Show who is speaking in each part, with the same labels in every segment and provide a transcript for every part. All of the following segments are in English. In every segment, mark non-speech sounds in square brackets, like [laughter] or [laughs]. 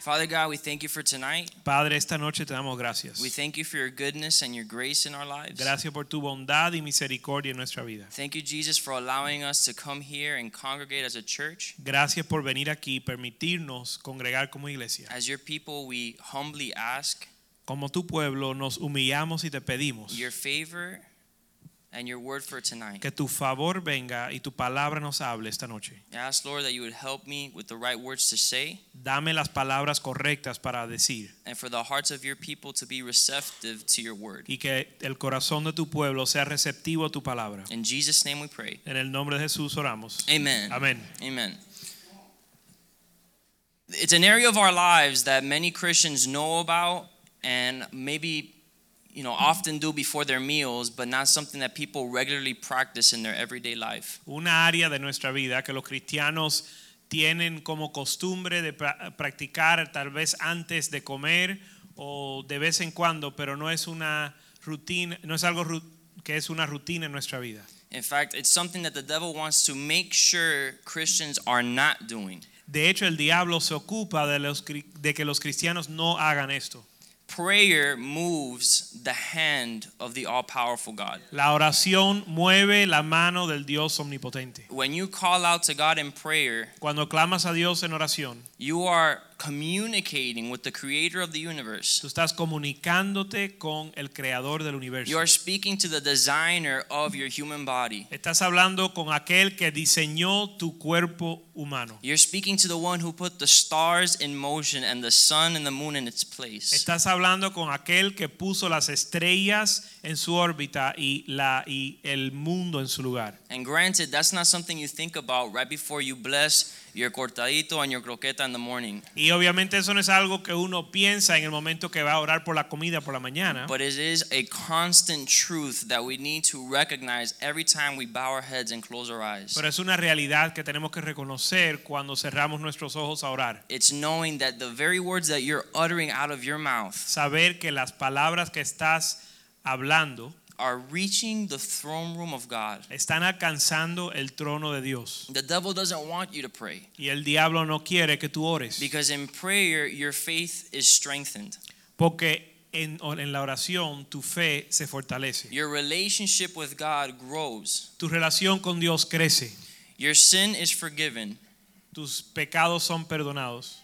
Speaker 1: Father God, we thank you for tonight.
Speaker 2: Padre, esta noche te damos gracias.
Speaker 1: We thank you for your goodness and your grace in our lives.
Speaker 2: Gracias por tu bondad y misericordia en nuestra vida.
Speaker 1: Thank you, Jesus, for allowing us to come here and congregate as a church.
Speaker 2: Gracias por venir aquí y permitirnos congregar como iglesia.
Speaker 1: As your people, we humbly ask
Speaker 2: Como tu pueblo nos humillamos y te pedimos
Speaker 1: your favor and your word for tonight.
Speaker 2: que tu favor venga y tu palabra nos hable esta noche.
Speaker 1: I ask, Lord, that you would help me with the right words to say
Speaker 2: Dame las palabras correctas para decir
Speaker 1: and for the hearts of your people to be receptive to your word.
Speaker 2: y que el corazón de tu pueblo sea receptivo a tu palabra.
Speaker 1: In Jesus' name we pray.
Speaker 2: En el nombre de Jesús oramos.
Speaker 1: Amen.
Speaker 2: Amén.
Speaker 1: Amen. It's an area of our lives that many Christians know about and maybe you know often do before their meals, but not something that people regularly practice in their everyday life.
Speaker 2: una área de nuestra vida que los cristianos tienen como costumbre de pra- practicar tal vez antes de comer o de vez en cuando, pero no es una rutina, no es algo ru- que es una rutina en nuestra vida.
Speaker 1: In fact, it's something that the devil wants to make sure Christians are not doing.
Speaker 2: De hecho, el diablo se ocupa de, los cri- de que los cristianos no hagan esto.
Speaker 1: Prayer moves the hand of the all-powerful God.
Speaker 2: La oración mueve la mano del Dios omnipotente.
Speaker 1: When you call out to God in prayer,
Speaker 2: Cuando clamas a Dios en oración,
Speaker 1: you are communicating with the creator of the universe.
Speaker 2: tú estás comunicándote con el creador del
Speaker 1: You
Speaker 2: universo.
Speaker 1: are speaking to the designer of your human body.
Speaker 2: Estás hablando con aquel que diseñó tu cuerpo humano.
Speaker 1: You're speaking to the one who put the stars in motion and the sun and the moon in its place.
Speaker 2: Estás hablando con aquel que puso las estrellas en su órbita y, la, y el mundo en su lugar.
Speaker 1: And granted, that's not something you think about right before you bless your cortadito and your croqueta in the morning,
Speaker 2: Y obviamente eso no es algo que uno piensa en el momento que va a orar por la comida por la mañana,
Speaker 1: but it is a constant truth that we need to recognize every time we bow our heads and close our eyes.
Speaker 2: pero es una realidad que tenemos que reconocer cuando cerramos nuestros ojos a orar.
Speaker 1: It's knowing that the very words that you're uttering out of your mouth
Speaker 2: Saber que las palabras que estás hablando
Speaker 1: are reaching the throne room of God.
Speaker 2: están alcanzando el trono de Dios.
Speaker 1: The devil doesn't want you to pray
Speaker 2: Y el diablo no quiere que tú ores.
Speaker 1: because in prayer, your faith is strengthened.
Speaker 2: Porque en, or- en la oración tu fe se fortalece.
Speaker 1: Your relationship with God grows.
Speaker 2: Tu relación con Dios crece.
Speaker 1: Your sin is forgiven.
Speaker 2: Tus pecados son perdonados.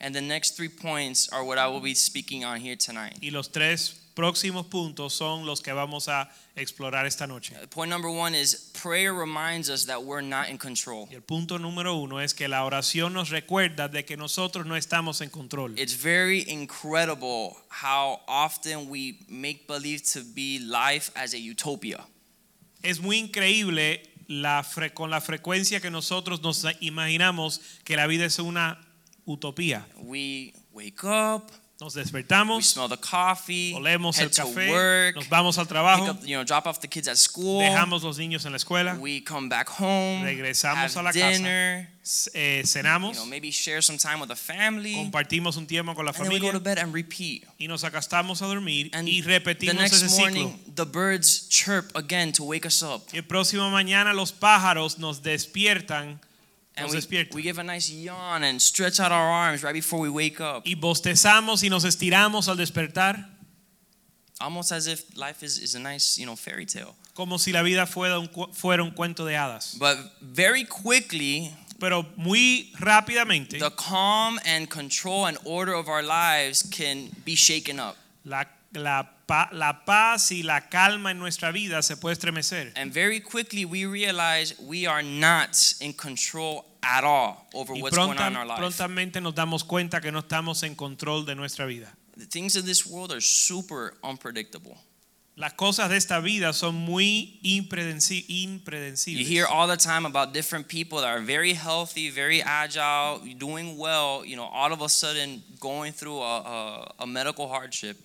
Speaker 1: And the next three points are what I will be speaking on here tonight.
Speaker 2: Y los tres próximos puntos son los que vamos a explorar esta noche.
Speaker 1: Point number one is prayer reminds us that we're not in control.
Speaker 2: Y el punto número uno es que la oración nos recuerda de que nosotros no estamos en control.
Speaker 1: It's very incredible how often we make believe to be life as a utopia.
Speaker 2: Es muy increíble la fre- con la frecuencia que nosotros nos imaginamos que la vida es una utopía.
Speaker 1: We wake up,
Speaker 2: Nos
Speaker 1: we
Speaker 2: despertamos,
Speaker 1: smell the coffee,
Speaker 2: olemos el
Speaker 1: head to
Speaker 2: café,
Speaker 1: work,
Speaker 2: nos
Speaker 1: pick
Speaker 2: vamos al trabajo,
Speaker 1: up, you know, drop off the kids at school.
Speaker 2: dejamos los niños en la escuela.
Speaker 1: We come back home,
Speaker 2: Regresamos
Speaker 1: have
Speaker 2: a la casa.
Speaker 1: dinner,
Speaker 2: eh,
Speaker 1: you know,
Speaker 2: cenamos,
Speaker 1: maybe share some time with the family,
Speaker 2: compartimos un tiempo con la
Speaker 1: and then we go to
Speaker 2: familia
Speaker 1: bed and repeat.
Speaker 2: y nos acostamos a dormir
Speaker 1: And
Speaker 2: y
Speaker 1: the
Speaker 2: repetimos ese
Speaker 1: next
Speaker 2: ciclo.
Speaker 1: morning, the birds chirp again to wake us up,
Speaker 2: Y el próximo mañana los pájaros nos despiertan,
Speaker 1: and
Speaker 2: nos
Speaker 1: we, we
Speaker 2: despiertan
Speaker 1: give a nice yawn and stretch out our arms right before we wake up,
Speaker 2: y bostezamos y nos estiramos al despertar
Speaker 1: almost as if life is, is a nice you know fairy tale.
Speaker 2: como si la vida fuera un, cu- fuera un cuento de hadas.
Speaker 1: But very quickly,
Speaker 2: Pero muy rápidamente
Speaker 1: the calm and control and order of our lives can be shaken up,
Speaker 2: la, la pa- la paz y la calma en nuestra vida se puede estremecer.
Speaker 1: and very quickly we realize we are not in control at all over
Speaker 2: Y
Speaker 1: what's going on in
Speaker 2: pronta-
Speaker 1: our life.
Speaker 2: prontamente nos damos cuenta que no estamos en control de nuestra vida.
Speaker 1: The things of this world are super unpredictable.
Speaker 2: Las cosas de esta vida son muy impredenci-
Speaker 1: You
Speaker 2: impredecibles.
Speaker 1: hear all the time about different people that are very healthy, very agile, doing well, you know, all of a sudden going through a, a, a medical hardship.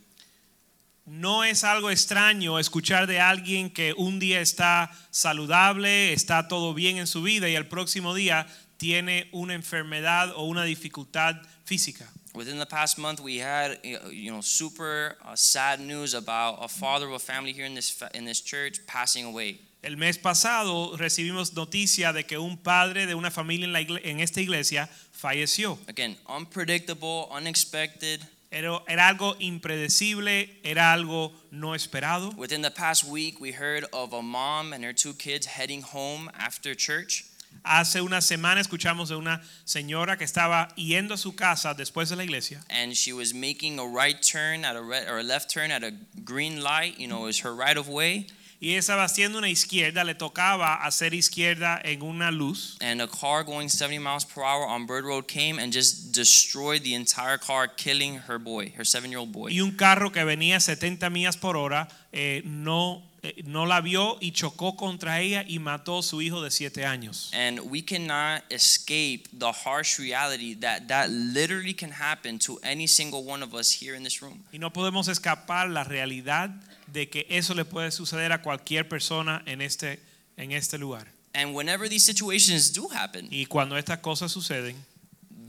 Speaker 2: No es algo extraño escuchar de alguien que un día está saludable, está todo bien en su vida y al próximo día tiene una enfermedad o una dificultad física.
Speaker 1: Within the past month, we had uh, you know super uh, sad news about a father of a family here in this fa- in this church passing away.
Speaker 2: El mes pasado recibimos noticia de que un padre de una familia en, la igle- en esta iglesia falleció.
Speaker 1: Again, unpredictable, unexpected.
Speaker 2: Era, era algo impredecible, era algo no esperado.
Speaker 1: Within the past week, we heard of a mom and her two kids heading home after church.
Speaker 2: Hace una semana escuchamos de una señora que estaba yendo a su casa después de la iglesia
Speaker 1: and she was making a right turn at a red or a left turn at a green light. You know, it was her right of way,
Speaker 2: y ella estaba haciendo una izquierda, le tocaba hacer izquierda en una luz
Speaker 1: and a car going 70 miles per hour on Bird Road came and just destroyed the entire car, killing her boy, her seven-year-old boy.
Speaker 2: y un carro que venía a 70 millas por hora eh, no, eh, no la vio y chocó contra ella y mató a su hijo de 7 años.
Speaker 1: And we cannot escape the harsh reality that that literally can happen to any single one of us here in this room.
Speaker 2: Y no podemos escapar la realidad de que eso le puede suceder a cualquier persona en este, en este lugar.
Speaker 1: And whenever these situations do happen,
Speaker 2: Y cuando estas cosas suceden,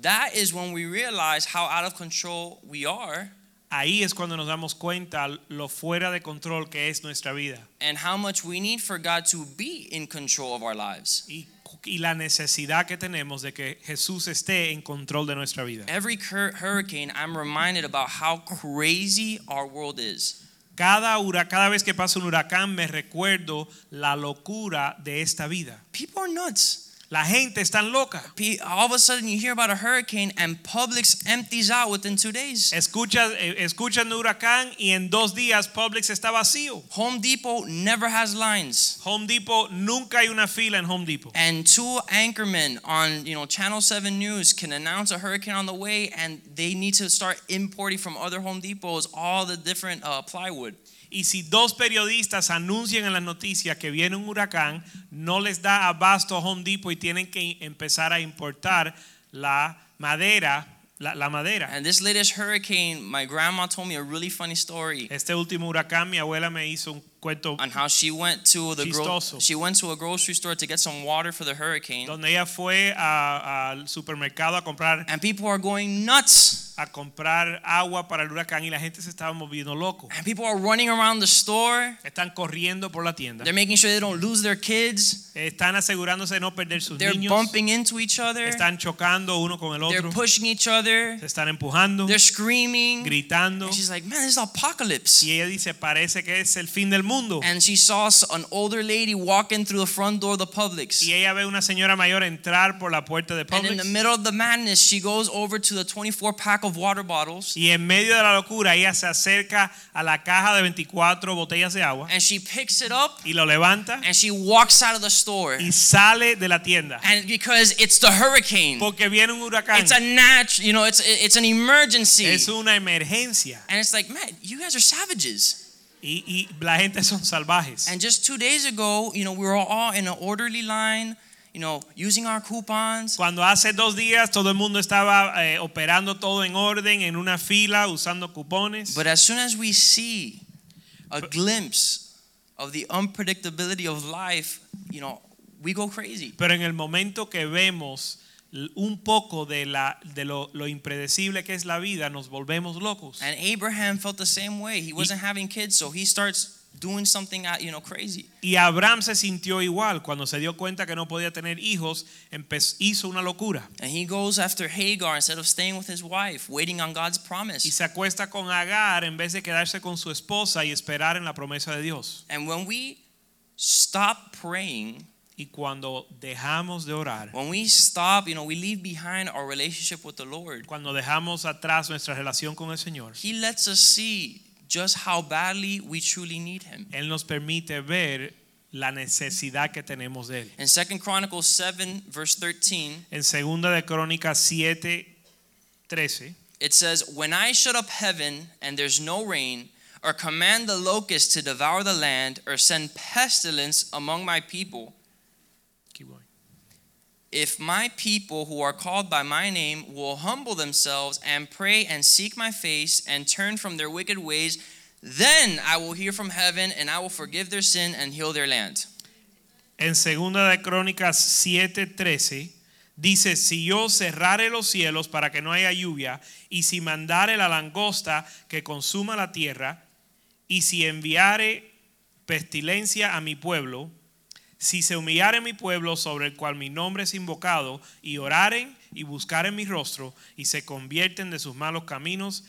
Speaker 1: that is when we realize how out of control we are
Speaker 2: ahí es cuando nos damos cuenta lo fuera de control que es nuestra vida
Speaker 1: and how much we need for God to be in control of our lives.
Speaker 2: y, y la necesidad que tenemos de que Jesús esté en control de nuestra vida.
Speaker 1: Every cur- hurricane, I'm reminded about how crazy our world is.
Speaker 2: Cada, hura- cada vez que pasa un huracán me recuerdo la locura de esta vida.
Speaker 1: People are nuts.
Speaker 2: La gente está loca.
Speaker 1: Pe- All of a sudden, you hear about a hurricane, and Publix empties out within two days.
Speaker 2: Escuchas, eh, escuchan un huracán y en dos días Publix está vacío.
Speaker 1: Home Depot never has lines.
Speaker 2: Home Depot, nunca hay una fila en Home Depot.
Speaker 1: And two anchormen on you know Channel 7 News can announce a hurricane on the way, and they need to start importing from other Home Depots all the different uh, plywood.
Speaker 2: Y si dos periodistas anuncian en las noticias que viene un huracán, no les da abasto a Home Depot y tienen que empezar a importar la madera, la, la madera.
Speaker 1: And this latest hurricane, my grandma told me a really funny story.
Speaker 2: Este último huracán, mi abuela me hizo un cuento
Speaker 1: on how she went to the gro-
Speaker 2: Chistoso.
Speaker 1: she went to a grocery store to get some water for the hurricane
Speaker 2: donde ella fue a- al supermercado a comprar
Speaker 1: and people are going nuts
Speaker 2: a comprar agua para el huracán y la gente se estaba moviendo loco.
Speaker 1: and people are running around the store
Speaker 2: Están corriendo por la tienda,
Speaker 1: they're making sure they don't lose their kids
Speaker 2: están asegurándose de no perder sus
Speaker 1: they're
Speaker 2: niños,
Speaker 1: bumping into each other
Speaker 2: están chocando uno con el
Speaker 1: they're
Speaker 2: otro,
Speaker 1: pushing each other
Speaker 2: se están empujando,
Speaker 1: they're screaming
Speaker 2: gritando.
Speaker 1: and she's like man this is apocalypse
Speaker 2: Y ella dice, parece que es el fin del mundo.
Speaker 1: and she saw s- an older lady walking through the front door of the Publix
Speaker 2: Y ella ve una señora mayor entrar por la puerta de
Speaker 1: and in the
Speaker 2: Publix.
Speaker 1: middle of the madness she goes over to the 24 pack of water bottles
Speaker 2: Y en medio de la locura, ella se acerca a la caja de 24 botellas de agua
Speaker 1: and she picks it up
Speaker 2: y lo levanta
Speaker 1: and she walks out of the store
Speaker 2: y sale de la tienda.
Speaker 1: and because it's the hurricane
Speaker 2: Porque viene un huracán.
Speaker 1: it's a natural you know it's it's an emergency
Speaker 2: Es una emergencia.
Speaker 1: and it's like man you guys are savages
Speaker 2: Y, y la gente son salvajes.
Speaker 1: and just two days ago you know we were all in an orderly line you know using our coupons
Speaker 2: Cuando hace dos días todo el mundo estaba eh, operando todo en orden, en una fila, usando cupones.
Speaker 1: but as soon as we see a glimpse of the unpredictability of life you know we go crazy
Speaker 2: Pero en el momento que vemos l- un poco de, la, de lo, lo impredecible que es la vida, nos volvemos locos.
Speaker 1: and abraham felt the same way he wasn't having kids so he starts doing something uh, you know crazy
Speaker 2: Y Abraham se sintió igual cuando se dio cuenta que no podía tener hijos, empe- hizo una locura
Speaker 1: and he goes after hagar instead of staying with his wife waiting on god's promise
Speaker 2: y se acuesta con Agar en vez de quedarse con su esposa y esperar en la promesa de Dios.
Speaker 1: And when we stop praying,
Speaker 2: Y cuando dejamos de orar,
Speaker 1: when we stop, you know, we leave behind our relationship with the Lord.
Speaker 2: cuando dejamos atrás nuestra relación con el Señor,
Speaker 1: He lets us see just how badly we truly need him.
Speaker 2: él nos permite ver la necesidad que tenemos de él.
Speaker 1: In 2 Chronicles 7 verse 13,
Speaker 2: En segunda de Crónicas 7 13
Speaker 1: it says, "When I shut up heaven and there's no rain, or command the locusts to devour the land, or send pestilence among my people,
Speaker 2: keep going.
Speaker 1: If my people who are called by my name will humble themselves and pray and seek my face and turn from their wicked ways, Then I will hear from heaven and I will forgive their sin and heal their land.
Speaker 2: En segunda de Crónicas 7:13 dice, si yo cerrare los cielos para que no haya lluvia, y si mandare la langosta que consuma la tierra, y si enviare pestilencia a mi pueblo, si se humillare mi pueblo sobre el cual mi nombre es invocado, y oraren y buscaren mi rostro, y se convierten de sus malos caminos,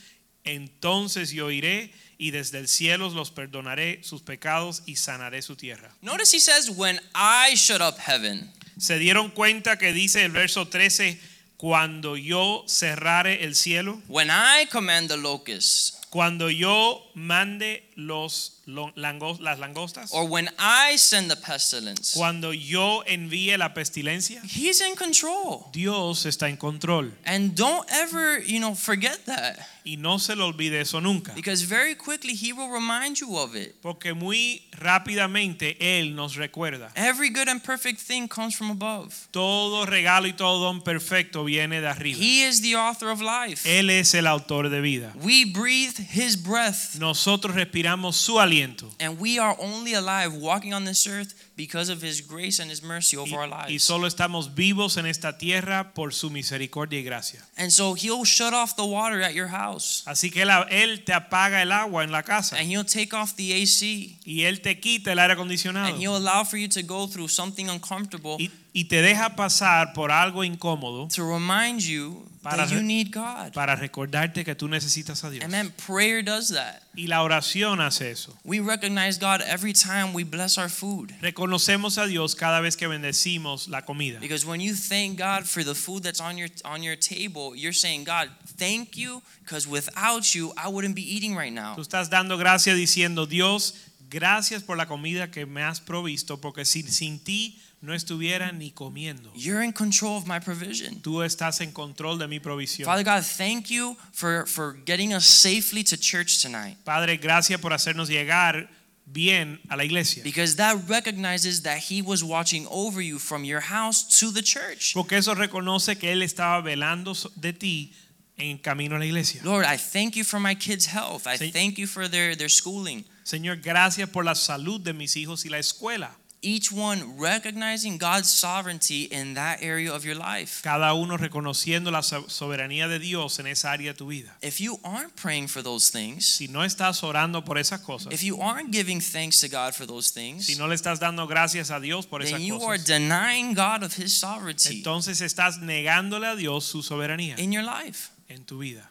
Speaker 2: entonces yo iré y desde el cielo los perdonaré sus pecados y sanaré su tierra.
Speaker 1: Notice he says, When I shut up heaven.
Speaker 2: ¿Se dieron cuenta que dice el verso 13, cuando yo cerrare el cielo,
Speaker 1: When I command the locusts,
Speaker 2: cuando yo mande los lo- langos- las langostas,
Speaker 1: or when I send the pestilence,
Speaker 2: cuando yo envíe la pestilencia?
Speaker 1: He's in control.
Speaker 2: Dios está en control
Speaker 1: And don't ever, you know, forget that
Speaker 2: y no se le olvide eso nunca,
Speaker 1: because very quickly He will remind you of it.
Speaker 2: porque muy rápidamente Él nos recuerda.
Speaker 1: Every good and perfect thing comes from above.
Speaker 2: Todo regalo y todo don perfecto viene de arriba.
Speaker 1: He is the author of life.
Speaker 2: Él es el autor de vida.
Speaker 1: We breathe His breath,
Speaker 2: Nosotros respiramos su aliento.
Speaker 1: and we are only alive walking on this earth because of His grace and His mercy
Speaker 2: Y,
Speaker 1: over our
Speaker 2: y
Speaker 1: lives.
Speaker 2: solo estamos vivos en esta tierra por su misericordia y gracia.
Speaker 1: And so He'll shut off the water at your house,
Speaker 2: Así que él, él te apaga el agua en la casa
Speaker 1: and He'll take off the AC,
Speaker 2: y Él te quita el aire acondicionado
Speaker 1: and He'll allow for you to go through something uncomfortable
Speaker 2: y, y te deja pasar por algo incómodo
Speaker 1: to remind you
Speaker 2: Para
Speaker 1: that you
Speaker 2: re-
Speaker 1: need God.
Speaker 2: para recordarte que tú necesitas a Dios.
Speaker 1: Amen. Prayer does that.
Speaker 2: Y la oración hace eso.
Speaker 1: We recognize God every time we bless our food.
Speaker 2: Reconocemos a Dios cada vez que bendecimos la comida.
Speaker 1: Because when you thank God for the food that's on your on your table, you're saying, God, thank you, because without you, I wouldn't be eating right now.
Speaker 2: Tú estás dando gracias diciendo, Dios, gracias por la comida que me has provisto, porque sin, sin ti no estuviera ni comiendo.
Speaker 1: You're in control of my provision.
Speaker 2: Tú estás en control de mi provisión.
Speaker 1: Father God, thank you for, for getting us safely to church tonight.
Speaker 2: Padre, gracias por hacernos llegar bien a la iglesia.
Speaker 1: Because that recognizes that He was watching over you from your house to the church.
Speaker 2: Porque eso reconoce que Él estaba velando so- de ti en camino a la iglesia.
Speaker 1: Lord, I thank you for my kids' health. I
Speaker 2: Se-
Speaker 1: thank you for their, their schooling.
Speaker 2: Señor, gracias por la salud de mis hijos y la escuela.
Speaker 1: Each one recognizing God's sovereignty in that area of your life.
Speaker 2: Cada uno reconociendo la so- soberanía de Dios en esa área de tu vida.
Speaker 1: If you aren't praying for those things,
Speaker 2: Si no estás orando por esas cosas,
Speaker 1: if you aren't giving thanks to God for those
Speaker 2: si
Speaker 1: things,
Speaker 2: no le estás dando gracias a Dios por esas
Speaker 1: then you are
Speaker 2: cosas,
Speaker 1: denying God of His sovereignty
Speaker 2: entonces estás negándole a Dios su soberanía
Speaker 1: in your life.
Speaker 2: en tu vida.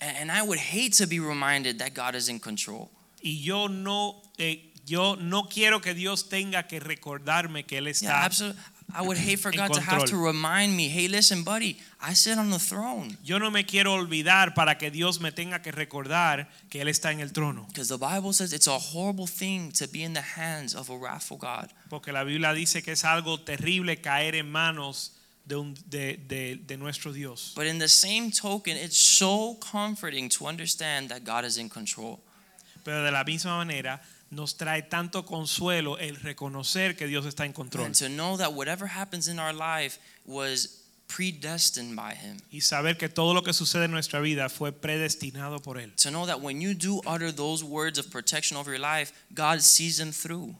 Speaker 1: And and I would hate to be reminded that God is in control.
Speaker 2: Y yo no, eh, yo no quiero que Dios tenga que recordarme que Él
Speaker 1: Yeah,
Speaker 2: está
Speaker 1: absolutely. I would hate for
Speaker 2: en
Speaker 1: God to have to
Speaker 2: control.
Speaker 1: remind me, hey, listen, buddy, I sit on the throne.
Speaker 2: Yo no me quiero olvidar para que Dios me tenga que recordar que Él está en el trono.
Speaker 1: Because the Bible says it's a horrible thing to be in the hands of a wrathful God.
Speaker 2: Porque la Biblia dice que es algo terrible caer en manos de, un- de- de- de nuestro Dios.
Speaker 1: But in the same token, it's so comforting to understand that God is in control.
Speaker 2: Pero de la misma manera nos trae tanto consuelo el reconocer que Dios está en control.
Speaker 1: And to know that whatever happens in our life was predestined by Him.
Speaker 2: Y saber que todo lo que sucede en nuestra vida fue predestinado por Él.
Speaker 1: To know that when you do utter those words of protection over your life, God sees them through.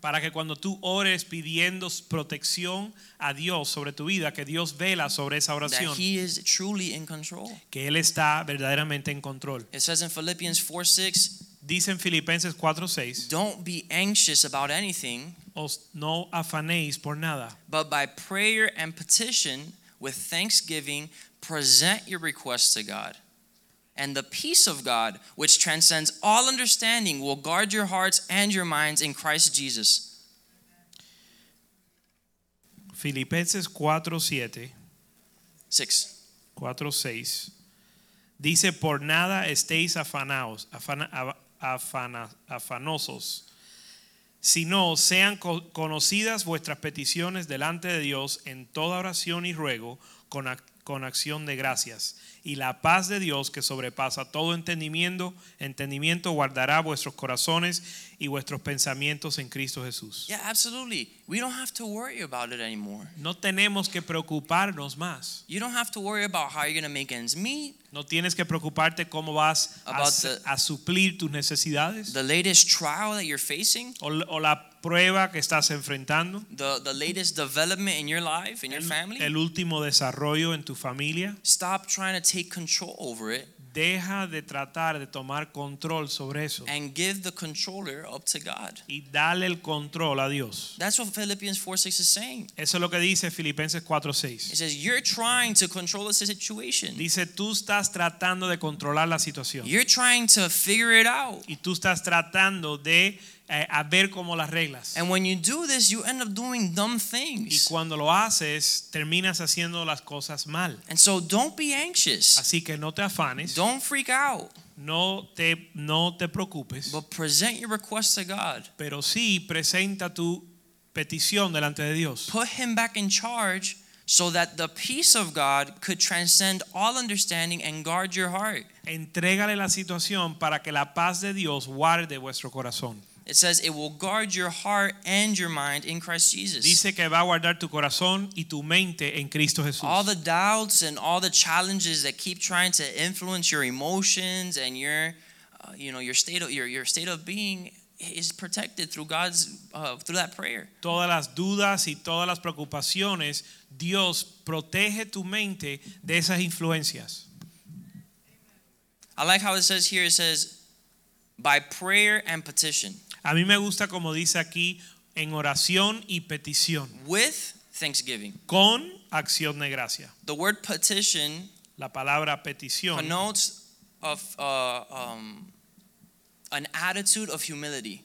Speaker 2: Para que cuando tú ores pidiendo protección a Dios sobre tu vida, que Dios vela sobre esa
Speaker 1: That
Speaker 2: oración,
Speaker 1: He is truly in control.
Speaker 2: que Él está verdaderamente en control.
Speaker 1: It says in Philippians 4 6,
Speaker 2: Dice en Filipenses 4:6.
Speaker 1: don't be anxious about anything,
Speaker 2: os no afanéis por nada,
Speaker 1: but by prayer and petition with thanksgiving present your requests to God. And the peace of God, which transcends all understanding, will guard your hearts and your minds in Christ Jesus.
Speaker 2: Filipenses 4:7,
Speaker 1: 6.
Speaker 2: 4:6. Dice, "Por nada estéis afanaos, afana- af- afana- afanosos, sino sean co- conocidas vuestras peticiones delante de Dios en toda oración y ruego con ac- con acción de gracias. Y la paz de Dios que sobrepasa todo entendimiento, entendimiento guardará vuestros corazones y vuestros pensamientos en Cristo Jesús.
Speaker 1: Yeah, absolutely. We don't have to worry about it anymore.
Speaker 2: No tenemos que preocuparnos más.
Speaker 1: You don't have to worry about how you're going to make ends meet,
Speaker 2: No tienes que preocuparte cómo vas a,
Speaker 1: About
Speaker 2: s-
Speaker 1: the-
Speaker 2: a suplir tus necesidades
Speaker 1: the latest trial that you're facing,
Speaker 2: o, l- o la prueba que estás enfrentando,
Speaker 1: the, the latest development in your life, in your
Speaker 2: el,
Speaker 1: family.
Speaker 2: el último desarrollo en tu familia.
Speaker 1: Stop trying to take control over it
Speaker 2: Deja de tratar de tomar control sobre eso
Speaker 1: and give the controller up to God.
Speaker 2: y dale el control a Dios.
Speaker 1: That's what Philippians 4 6 is saying.
Speaker 2: Eso es lo que dice Filipenses
Speaker 1: It
Speaker 2: 4:6.
Speaker 1: says, You're trying to control this situation,
Speaker 2: Dice, tú estás tratando de controlar la situación
Speaker 1: you're trying to figure it out.
Speaker 2: y tú estás tratando de eh, a ver cómo las reglas.
Speaker 1: And when you do this, you end up doing dumb
Speaker 2: Y
Speaker 1: things.
Speaker 2: cuando lo haces, terminas haciendo las cosas mal.
Speaker 1: And so don't be anxious.
Speaker 2: Así que no te afanes.
Speaker 1: Don't freak out,
Speaker 2: No te, no te preocupes,
Speaker 1: but present your request to God.
Speaker 2: pero sí presenta tu petición delante de Dios.
Speaker 1: Put Him back in charge so that the peace of God could transcend all understanding and guard your heart.
Speaker 2: Entrégale la situación para que la paz de Dios guarde vuestro corazón.
Speaker 1: It says, It will guard your heart and your mind in Christ Jesus.
Speaker 2: Dice que va a guardar tu corazón y tu mente en Cristo Jesús.
Speaker 1: All the doubts and all the challenges that keep trying to influence your emotions and your, uh, you know, your state of your, your state of being is protected through God's uh, through that prayer.
Speaker 2: Todas las dudas y todas las preocupaciones, Dios protege tu mente de esas influencias.
Speaker 1: I like how it says here it says by prayer and petition
Speaker 2: A mí me gusta como dice aquí, en oración y petición,
Speaker 1: with thanksgiving.
Speaker 2: con acción de gracia.
Speaker 1: The word petition
Speaker 2: La palabra
Speaker 1: Ah,
Speaker 2: petición
Speaker 1: connotes of uh, um, an attitude of humility.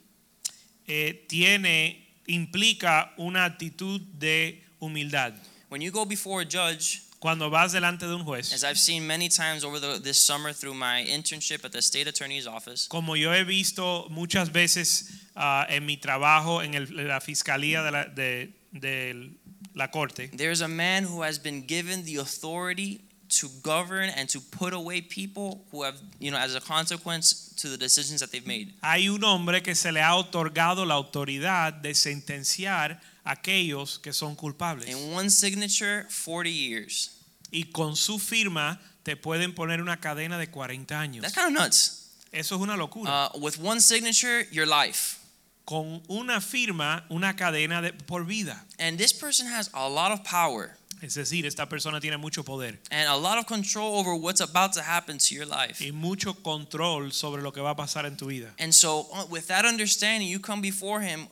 Speaker 2: eh, tiene, implica una actitud de humildad.
Speaker 1: When you go before a judge,
Speaker 2: Cuando vas delante de un juez,
Speaker 1: as I've seen many times over the, this summer through my internship at the state attorney's office,
Speaker 2: como yo he visto muchas veces ah, en mi trabajo en el- la fiscalía de la, de- de la corte,
Speaker 1: there's a man who has been given the authority to govern and to put away people who have, you know, as a consequence to the decisions that they've made.
Speaker 2: hay un hombre que se le ha otorgado la autoridad de sentenciar a aquellos que son culpables.
Speaker 1: In one signature, 40 years.
Speaker 2: Y con su firma te pueden poner una cadena de 40 años.
Speaker 1: That's kind of nuts.
Speaker 2: Eso es una locura.
Speaker 1: Uh, with one signature, your life.
Speaker 2: Con una firma, una cadena de, por vida.
Speaker 1: And this person has a lot of power
Speaker 2: Es decir, esta persona tiene mucho poder
Speaker 1: and a lot of control over what's about to happen to your life.
Speaker 2: y mucho control sobre lo que va a pasar en tu vida.
Speaker 1: And so, uh, with that understanding, you come before him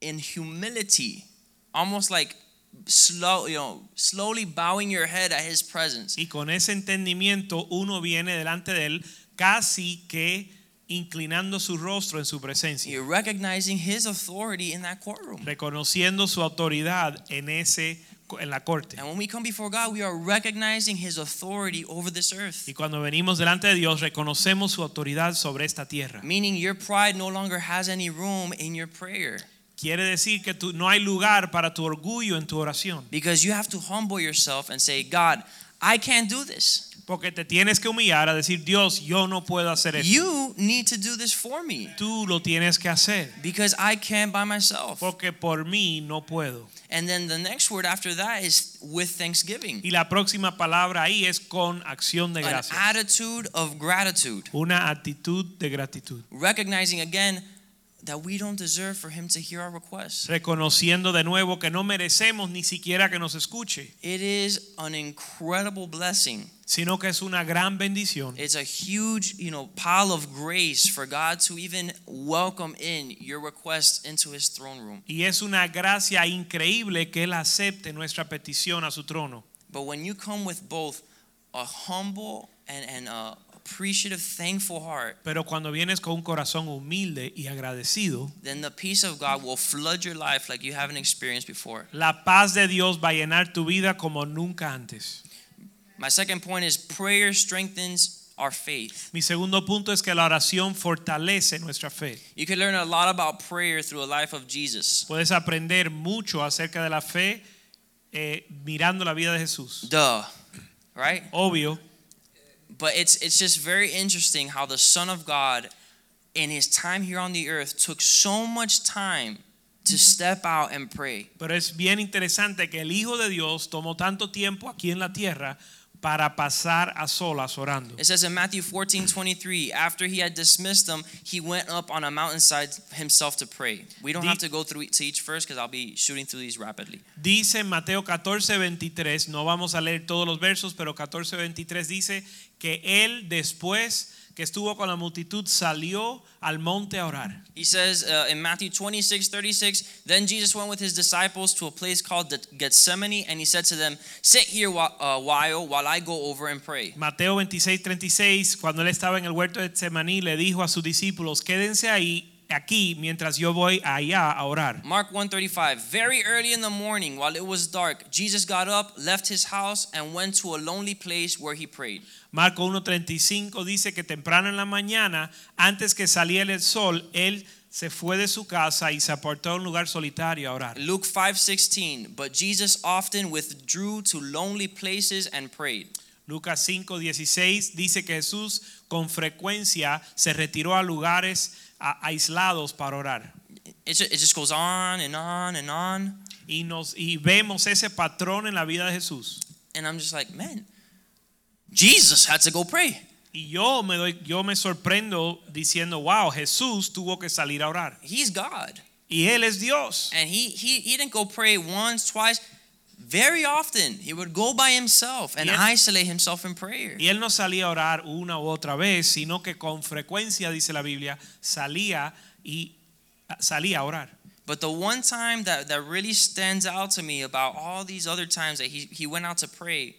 Speaker 1: in humility, almost like slow, you know, slowly bowing your head at his presence.
Speaker 2: Y con ese entendimiento uno viene delante de él casi que inclinando su rostro en su presencia,
Speaker 1: You're recognizing his authority in that courtroom.
Speaker 2: reconociendo su autoridad en ese en la corte.
Speaker 1: And when we come before God, we are recognizing his authority over this earth.
Speaker 2: Y cuando venimos delante de Dios reconocemos su autoridad sobre esta tierra.
Speaker 1: Meaning your pride no longer has any room in your prayer.
Speaker 2: Quiere decir que tú, no hay lugar para tu orgullo en tu oración,
Speaker 1: Because you have to humble yourself and say, God, I can't do this.
Speaker 2: porque te tienes que humillar a decir, Dios, yo no puedo hacer esto.
Speaker 1: You need to do this for me
Speaker 2: Tú lo tienes que hacer,
Speaker 1: because I can't by myself.
Speaker 2: porque por mí no puedo.
Speaker 1: And then the next word after that is with thanksgiving
Speaker 2: Y la próxima palabra ahí es con acción de
Speaker 1: an
Speaker 2: gracias.
Speaker 1: attitude of gratitude,
Speaker 2: Una actitud de gratitud.
Speaker 1: recognizing again that we don't deserve for Him to hear our requests.
Speaker 2: reconociendo de nuevo que no merecemos ni siquiera que nos escuche,
Speaker 1: It is an incredible blessing.
Speaker 2: sino que es una gran bendición.
Speaker 1: It's a huge, you know, pile of grace for God to even welcome in your request into His throne room.
Speaker 2: Y es una gracia increíble que Él acepte nuestra petición a su trono.
Speaker 1: But when you come with both a humble and, and a appreciative, thankful heart,
Speaker 2: Pero cuando vienes con un corazón humilde y agradecido,
Speaker 1: then the peace of God will flood your life like you haven't experienced before.
Speaker 2: la paz de Dios va a llenar tu vida como nunca antes.
Speaker 1: My second point is prayer strengthens our faith.
Speaker 2: Mi segundo punto es que la oración fortalece nuestra fe.
Speaker 1: You can learn a lot about prayer through a life of Jesus.
Speaker 2: Puedes aprender mucho acerca de la fe eh, mirando la vida de Jesús.
Speaker 1: Duh. Right?
Speaker 2: Obvio,
Speaker 1: But it's it's just very interesting how the Son of God in his time here on the earth took so much time to step out and pray.
Speaker 2: pero es bien interesante que el Hijo de Dios tomó tanto tiempo aquí en la tierra para pasar a solas orando.
Speaker 1: It says in Matthew 14, 23, after he had dismissed them, he went up on a mountainside himself to pray. We don't
Speaker 2: The-
Speaker 1: have to go through to each verse because I'll be shooting through these rapidly.
Speaker 2: Dice en Mateo 14, 23, no vamos a leer todos los versos, pero 14, 23 dice que él después que estuvo con la multitud salió al monte a orar.
Speaker 1: He says uh, in Matthew 26, 36, then Jesus went with his disciples to a place called Gethsemane, and he said to them, Sit here whi- a while while I go over and pray.
Speaker 2: Mateo 26, 36, cuando él estaba en el huerto de Semaní, le dijo a sus discípulos, quédense ahí, aquí, mientras yo voy allá a orar.
Speaker 1: Mark 1:35 Very early in the morning while it was dark Jesus got up left his house and went to a lonely place where he prayed.
Speaker 2: Marco 1.35 dice que temprano en la mañana, antes que saliera el sol, él se fue de su casa y se aportó a un lugar solitario a orar.
Speaker 1: Luke 5:16 But Jesus often withdrew to lonely places and prayed.
Speaker 2: Lucas 5.16 dice que Jesús con frecuencia se retiró a lugares a- aislados para orar.
Speaker 1: It just, it just goes on and on and on
Speaker 2: Y, nos, y vemos ese patrón en la vida de Jesús.
Speaker 1: and I'm just like, "Man, Jesus had to go pray.
Speaker 2: Y yo me, doy, yo me sorprendo diciendo, wow, Jesús tuvo que salir a orar.
Speaker 1: He's God."
Speaker 2: Y Él es Dios.
Speaker 1: And he he he didn't go pray once, twice, very often. He would go by himself and
Speaker 2: Yes.
Speaker 1: isolate himself in prayer.
Speaker 2: Y Él no salía a orar una u otra vez, sino que con frecuencia, dice la Biblia, salía y ah, salía a orar.
Speaker 1: But the one time that, that really stands out to me about all these other times that he, he went out to pray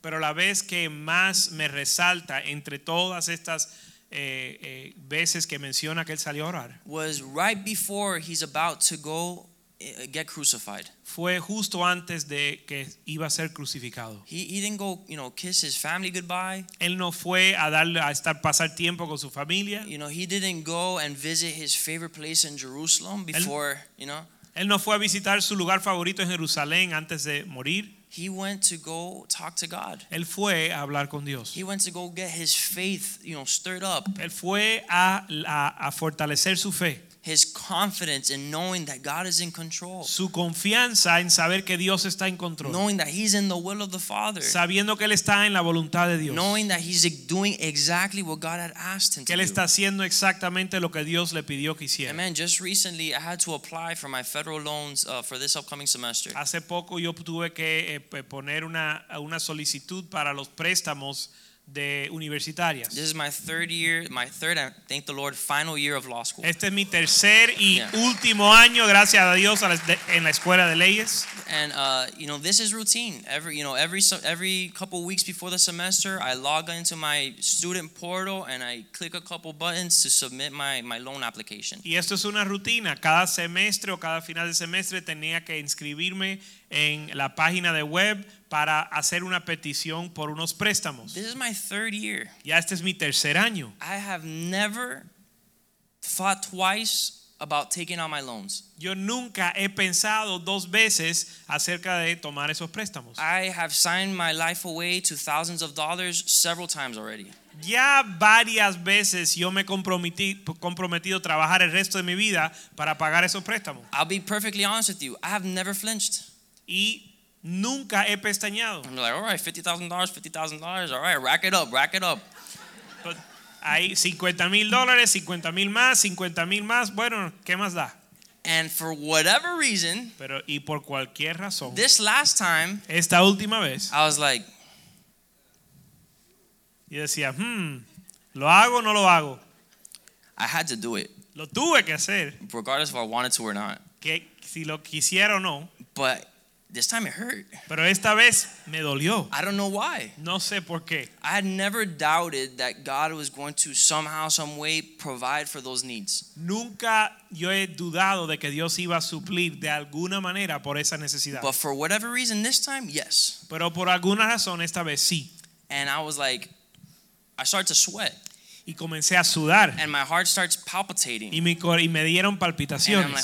Speaker 2: Pero la vez que más me resalta entre todas estas eh, eh, veces que menciona que Él salió a orar,
Speaker 1: was right before he's about to go eh, get crucified.
Speaker 2: fue justo antes de que iba a ser crucificado.
Speaker 1: He, he didn't go, you know, kiss his family goodbye.
Speaker 2: Él no fue a darle a estar pasar tiempo con su familia.
Speaker 1: You know, he didn't go and visit his favorite place in Jerusalem before, you know.
Speaker 2: Él no fue a visitar su lugar favorito en Jerusalén antes de morir.
Speaker 1: He went to go talk to God.
Speaker 2: Él fue a hablar con Dios.
Speaker 1: He went to go get his faith, you know, stirred up,
Speaker 2: Él fue a, a- a fortalecer su fe,
Speaker 1: his confidence in knowing that God is in control,
Speaker 2: su confianza en saber que Dios está en control,
Speaker 1: knowing that he's in the will of the Father.
Speaker 2: sabiendo que Él está en la voluntad de Dios,
Speaker 1: knowing that he's doing exactly what God had asked him
Speaker 2: que
Speaker 1: to do.
Speaker 2: Él está haciendo exactamente lo que Dios le pidió que
Speaker 1: And
Speaker 2: hiciera.
Speaker 1: man, just recently I had to apply for my federal loans uh, for this upcoming semester.
Speaker 2: Hace poco yo tuve que eh, p- poner una, una solicitud para los préstamos de universitarias.
Speaker 1: This is my third year, my third, I thank the Lord, final year of law school.
Speaker 2: Este es mi tercer y
Speaker 1: Yeah.
Speaker 2: último año, gracias a Dios, a la- de- en la escuela de leyes.
Speaker 1: And uh, you know, this is routine. Every you know, every se- every couple weeks before the semester, I log into my student portal and I click a couple buttons to submit my my loan application.
Speaker 2: Y esto es una rutina. Cada semestre o cada final de semestre tenía que inscribirme en la página de web para hacer una petición por unos préstamos.
Speaker 1: This is my third year.
Speaker 2: Ya este es mi tercer año.
Speaker 1: I have never thought twice about taking out my loans.
Speaker 2: Yo nunca he pensado dos veces acerca de tomar esos préstamos.
Speaker 1: I have signed my life away to thousands of dollars several times already.
Speaker 2: Ya varias veces yo me he comprometí, comprometido a trabajar el resto de mi vida para pagar esos préstamos.
Speaker 1: I'll be perfectly honest with you. I have never flinched.
Speaker 2: Y nunca he pestañado.
Speaker 1: I'm like, all right, fifty thousand dollars, fifty thousand dollars. All right, rack it up, rack it up.
Speaker 2: But Pues, Hay 50 mil dólares, 50 mil más, 50 mil más. Bueno, ¿qué más da?
Speaker 1: And for whatever reason,
Speaker 2: Pero y por cualquier razón,
Speaker 1: this last time,
Speaker 2: esta última vez,
Speaker 1: I was like,
Speaker 2: yo decía, hmm, ¿lo hago o no lo hago?
Speaker 1: I had to do it,
Speaker 2: Lo tuve que hacer,
Speaker 1: regardless if I wanted to or not.
Speaker 2: que si lo quisiera o no,
Speaker 1: But this time it hurt.
Speaker 2: pero esta vez me dolió.
Speaker 1: I don't know why.
Speaker 2: No sé por qué.
Speaker 1: I had never doubted that God was going to somehow, some way, provide for those needs.
Speaker 2: Nunca yo he dudado de que Dios iba a suplir de alguna manera por esa necesidad.
Speaker 1: But for whatever reason, this time, yes.
Speaker 2: Pero por alguna razón esta vez sí.
Speaker 1: and I was like, I started to sweat.
Speaker 2: y comencé a sudar
Speaker 1: and my heart starts palpitating.
Speaker 2: y me, cor- y me dieron
Speaker 1: And I'm like,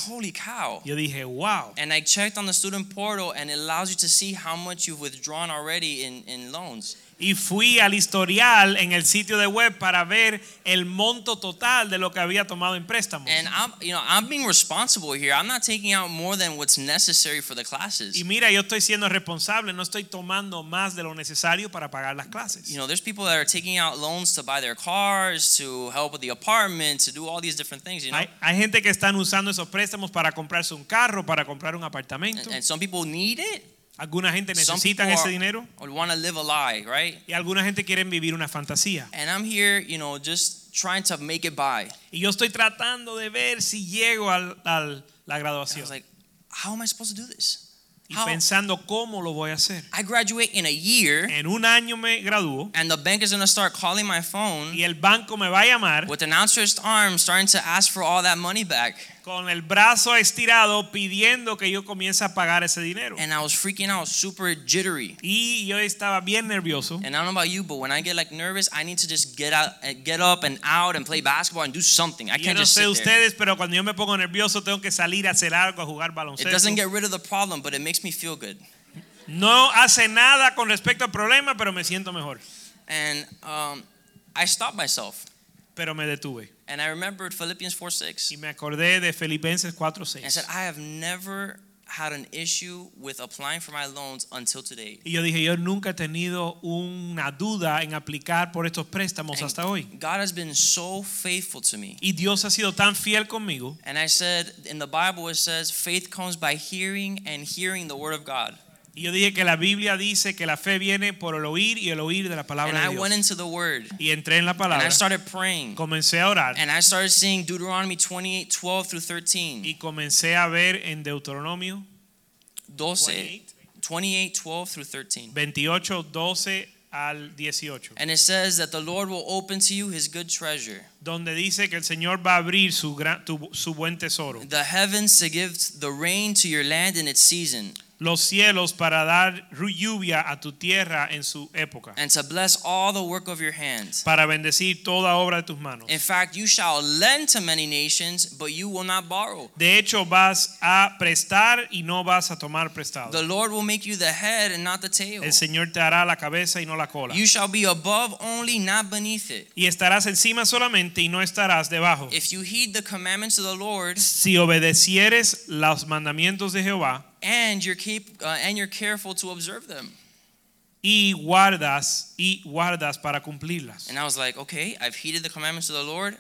Speaker 2: palpitaciones.
Speaker 1: holy cow.
Speaker 2: Yo dije, wow.
Speaker 1: And I checked on the student portal and it allows you to see how much you've withdrawn already in, in loans.
Speaker 2: Y fui al historial en el sitio de web para ver el monto total de lo que había tomado en préstamos.
Speaker 1: And I'm you know, I'm being responsible here. I'm not taking out more than what's necessary for the classes.
Speaker 2: Y mira, yo estoy siendo responsable, no estoy tomando más de lo necesario para pagar las clases.
Speaker 1: You know, there's people that are taking out loans to buy their cars, to help with the apartment, to do all these different things, you know.
Speaker 2: Hay, hay gente que están usando esos préstamos para comprarse un carro, para comprar un
Speaker 1: And,
Speaker 2: apartamento.
Speaker 1: and some people need it.
Speaker 2: Alguna gente
Speaker 1: Some people
Speaker 2: necesitan ese dinero
Speaker 1: would want to live a lie, right?
Speaker 2: y alguna gente quiere vivir una fantasía.
Speaker 1: And I'm here, you know, just trying to make it by.
Speaker 2: Y yo estoy tratando de ver si llego al, al- la
Speaker 1: I
Speaker 2: graduación
Speaker 1: was like, how am I supposed to do this?
Speaker 2: y
Speaker 1: how-
Speaker 2: pensando cómo lo voy a hacer.
Speaker 1: I graduate in a year,
Speaker 2: En un año me gradúo
Speaker 1: and the bank is gonna start calling my phone
Speaker 2: y el banco me va a llamar
Speaker 1: with an outstretched arm, starting to ask for all that money back.
Speaker 2: con el brazo estirado pidiendo que yo comience a pagar ese dinero.
Speaker 1: And I was freaking out, super jittery.
Speaker 2: Y yo estaba bien nervioso.
Speaker 1: And I don't know about you, but when I get like nervous, I need to just get out, uh, get up and out and play basketball and do something. I
Speaker 2: Yo
Speaker 1: can't
Speaker 2: no
Speaker 1: just
Speaker 2: sé
Speaker 1: sit there.
Speaker 2: ustedes, pero cuando yo me pongo nervioso tengo que salir a hacer algo, a jugar
Speaker 1: It doesn't
Speaker 2: baloncesto.
Speaker 1: get rid of the problem, but it makes me feel good.
Speaker 2: No hace nada con respecto al problema, pero me siento mejor.
Speaker 1: And um, I stopped myself,
Speaker 2: Pero me detuve.
Speaker 1: and I remembered Philippians 4 6.
Speaker 2: Y me acordé de Filipenses
Speaker 1: And I said,
Speaker 2: 4:6.
Speaker 1: I have never had an issue with applying for my loans until today.
Speaker 2: Y yo dije, yo nunca he tenido una duda en aplicar por estos préstamos
Speaker 1: And
Speaker 2: hasta hoy.
Speaker 1: God has been so faithful to me.
Speaker 2: Y Dios ha sido tan fiel conmigo.
Speaker 1: And I said, in the Bible, it says, faith comes by hearing and hearing the word of God.
Speaker 2: Y yo dije que la Biblia dice que la fe viene por el oír y el oír de la
Speaker 1: And
Speaker 2: palabra
Speaker 1: I
Speaker 2: de
Speaker 1: went
Speaker 2: Dios.
Speaker 1: into the word
Speaker 2: Y entré en la
Speaker 1: and I
Speaker 2: palabra,
Speaker 1: started praying.
Speaker 2: comencé a orar.
Speaker 1: And I started seeing Deuteronomy 28 12 through 13.
Speaker 2: y comencé a ver en Deuteronomio
Speaker 1: 12, 28 12 through 13.
Speaker 2: 28, 12 al 18,
Speaker 1: And it says that the Lord will open to you his good treasure,
Speaker 2: donde dice que el Señor va a abrir su, gran- tu- su buen tesoro,
Speaker 1: the heavens to give the rain to your land in its season,
Speaker 2: los cielos para dar ru- lluvia a tu tierra en su época,
Speaker 1: and to bless all the work of your hands.
Speaker 2: para bendecir toda obra de tus manos.
Speaker 1: In fact, you shall lend to many nations, but you will not borrow.
Speaker 2: De hecho, vas a prestar y no vas a tomar prestado.
Speaker 1: The Lord will make you the head and not the tail.
Speaker 2: El Señor te hará la cabeza y no la cola.
Speaker 1: You shall be above only, not beneath it.
Speaker 2: Y estarás encima solamente y no estarás debajo.
Speaker 1: If you heed the commandments of the Lord
Speaker 2: Si obedecieres los mandamientos de Jehová,
Speaker 1: and you're keep uh, and you're careful to observe them.
Speaker 2: y guardas y guardas para cumplirlas.
Speaker 1: And I was like, okay, I've heeded the commandments of the Lord.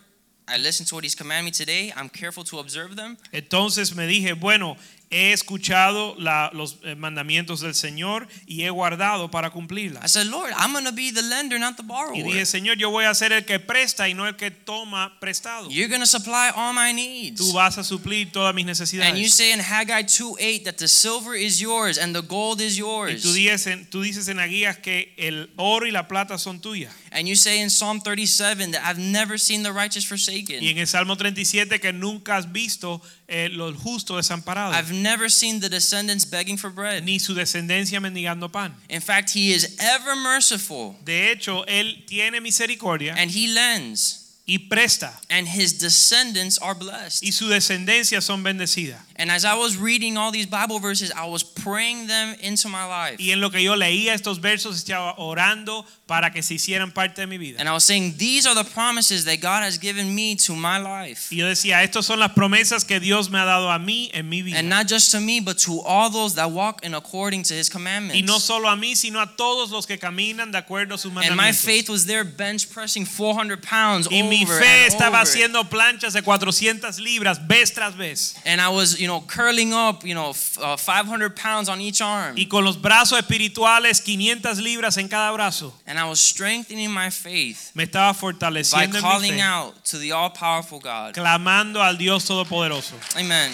Speaker 1: I listened to what He's commanded me today. I'm careful to observe them.
Speaker 2: Entonces me dije, bueno, he escuchado la- los eh, mandamientos del Señor y he guardado para
Speaker 1: I
Speaker 2: cumplirlas.
Speaker 1: said, Lord, I'm gonna be the lender, not the borrower.
Speaker 2: Y dije, Señor, yo voy a ser el que presta y no el que toma prestado.
Speaker 1: You're gonna supply all my
Speaker 2: Tú
Speaker 1: needs.
Speaker 2: vas a suplir todas mis
Speaker 1: And you
Speaker 2: necesidades.
Speaker 1: say in Haggai 2:8 that the silver is yours and the gold is
Speaker 2: Y tú
Speaker 1: yours.
Speaker 2: dices, en- tú dices en Aguías que el oro y la plata son tuyas.
Speaker 1: And you say in Psalm 37 that I've never seen the righteous
Speaker 2: Y
Speaker 1: forsaken.
Speaker 2: en el Salmo 37 que nunca has visto eh, los justos desamparados,
Speaker 1: I've never seen the descendants begging for bread.
Speaker 2: ni su descendencia mendigando pan.
Speaker 1: In fact, he is ever merciful
Speaker 2: De hecho, Él tiene misericordia
Speaker 1: and he lends,
Speaker 2: y presta.
Speaker 1: and his descendants are blessed.
Speaker 2: y su descendencia son bendecidas.
Speaker 1: And as I was reading all these Bible verses, I was praying them into my life.
Speaker 2: Y en lo que yo leía estos versos estaba orando para que se hicieran parte de mi vida.
Speaker 1: And I was saying, These are the promises that God has given me to my life.
Speaker 2: Y yo decía, estas son las promesas que Dios me ha dado a mí en mi
Speaker 1: And
Speaker 2: vida.
Speaker 1: not just to me, but to all those that walk in according to his
Speaker 2: Y no
Speaker 1: commandments.
Speaker 2: solo a mí, sino a todos los que caminan de acuerdo a sus
Speaker 1: And my
Speaker 2: mandamientos.
Speaker 1: faith was there bench pressing 400 pounds
Speaker 2: Y mi
Speaker 1: over
Speaker 2: fe
Speaker 1: and
Speaker 2: estaba
Speaker 1: over.
Speaker 2: haciendo planchas de 400 libras vez tras vez.
Speaker 1: and I was, you know, curling up, you know, f- uh, 500 pounds on each arm,
Speaker 2: Y con los brazos espirituales, 500 libras en cada brazo.
Speaker 1: and I was strengthening my faith
Speaker 2: Me estaba
Speaker 1: by
Speaker 2: fortaleciendo en mi
Speaker 1: calling
Speaker 2: fe,
Speaker 1: out to the all-powerful God.
Speaker 2: clamando al Dios Todopoderoso.
Speaker 1: Amen.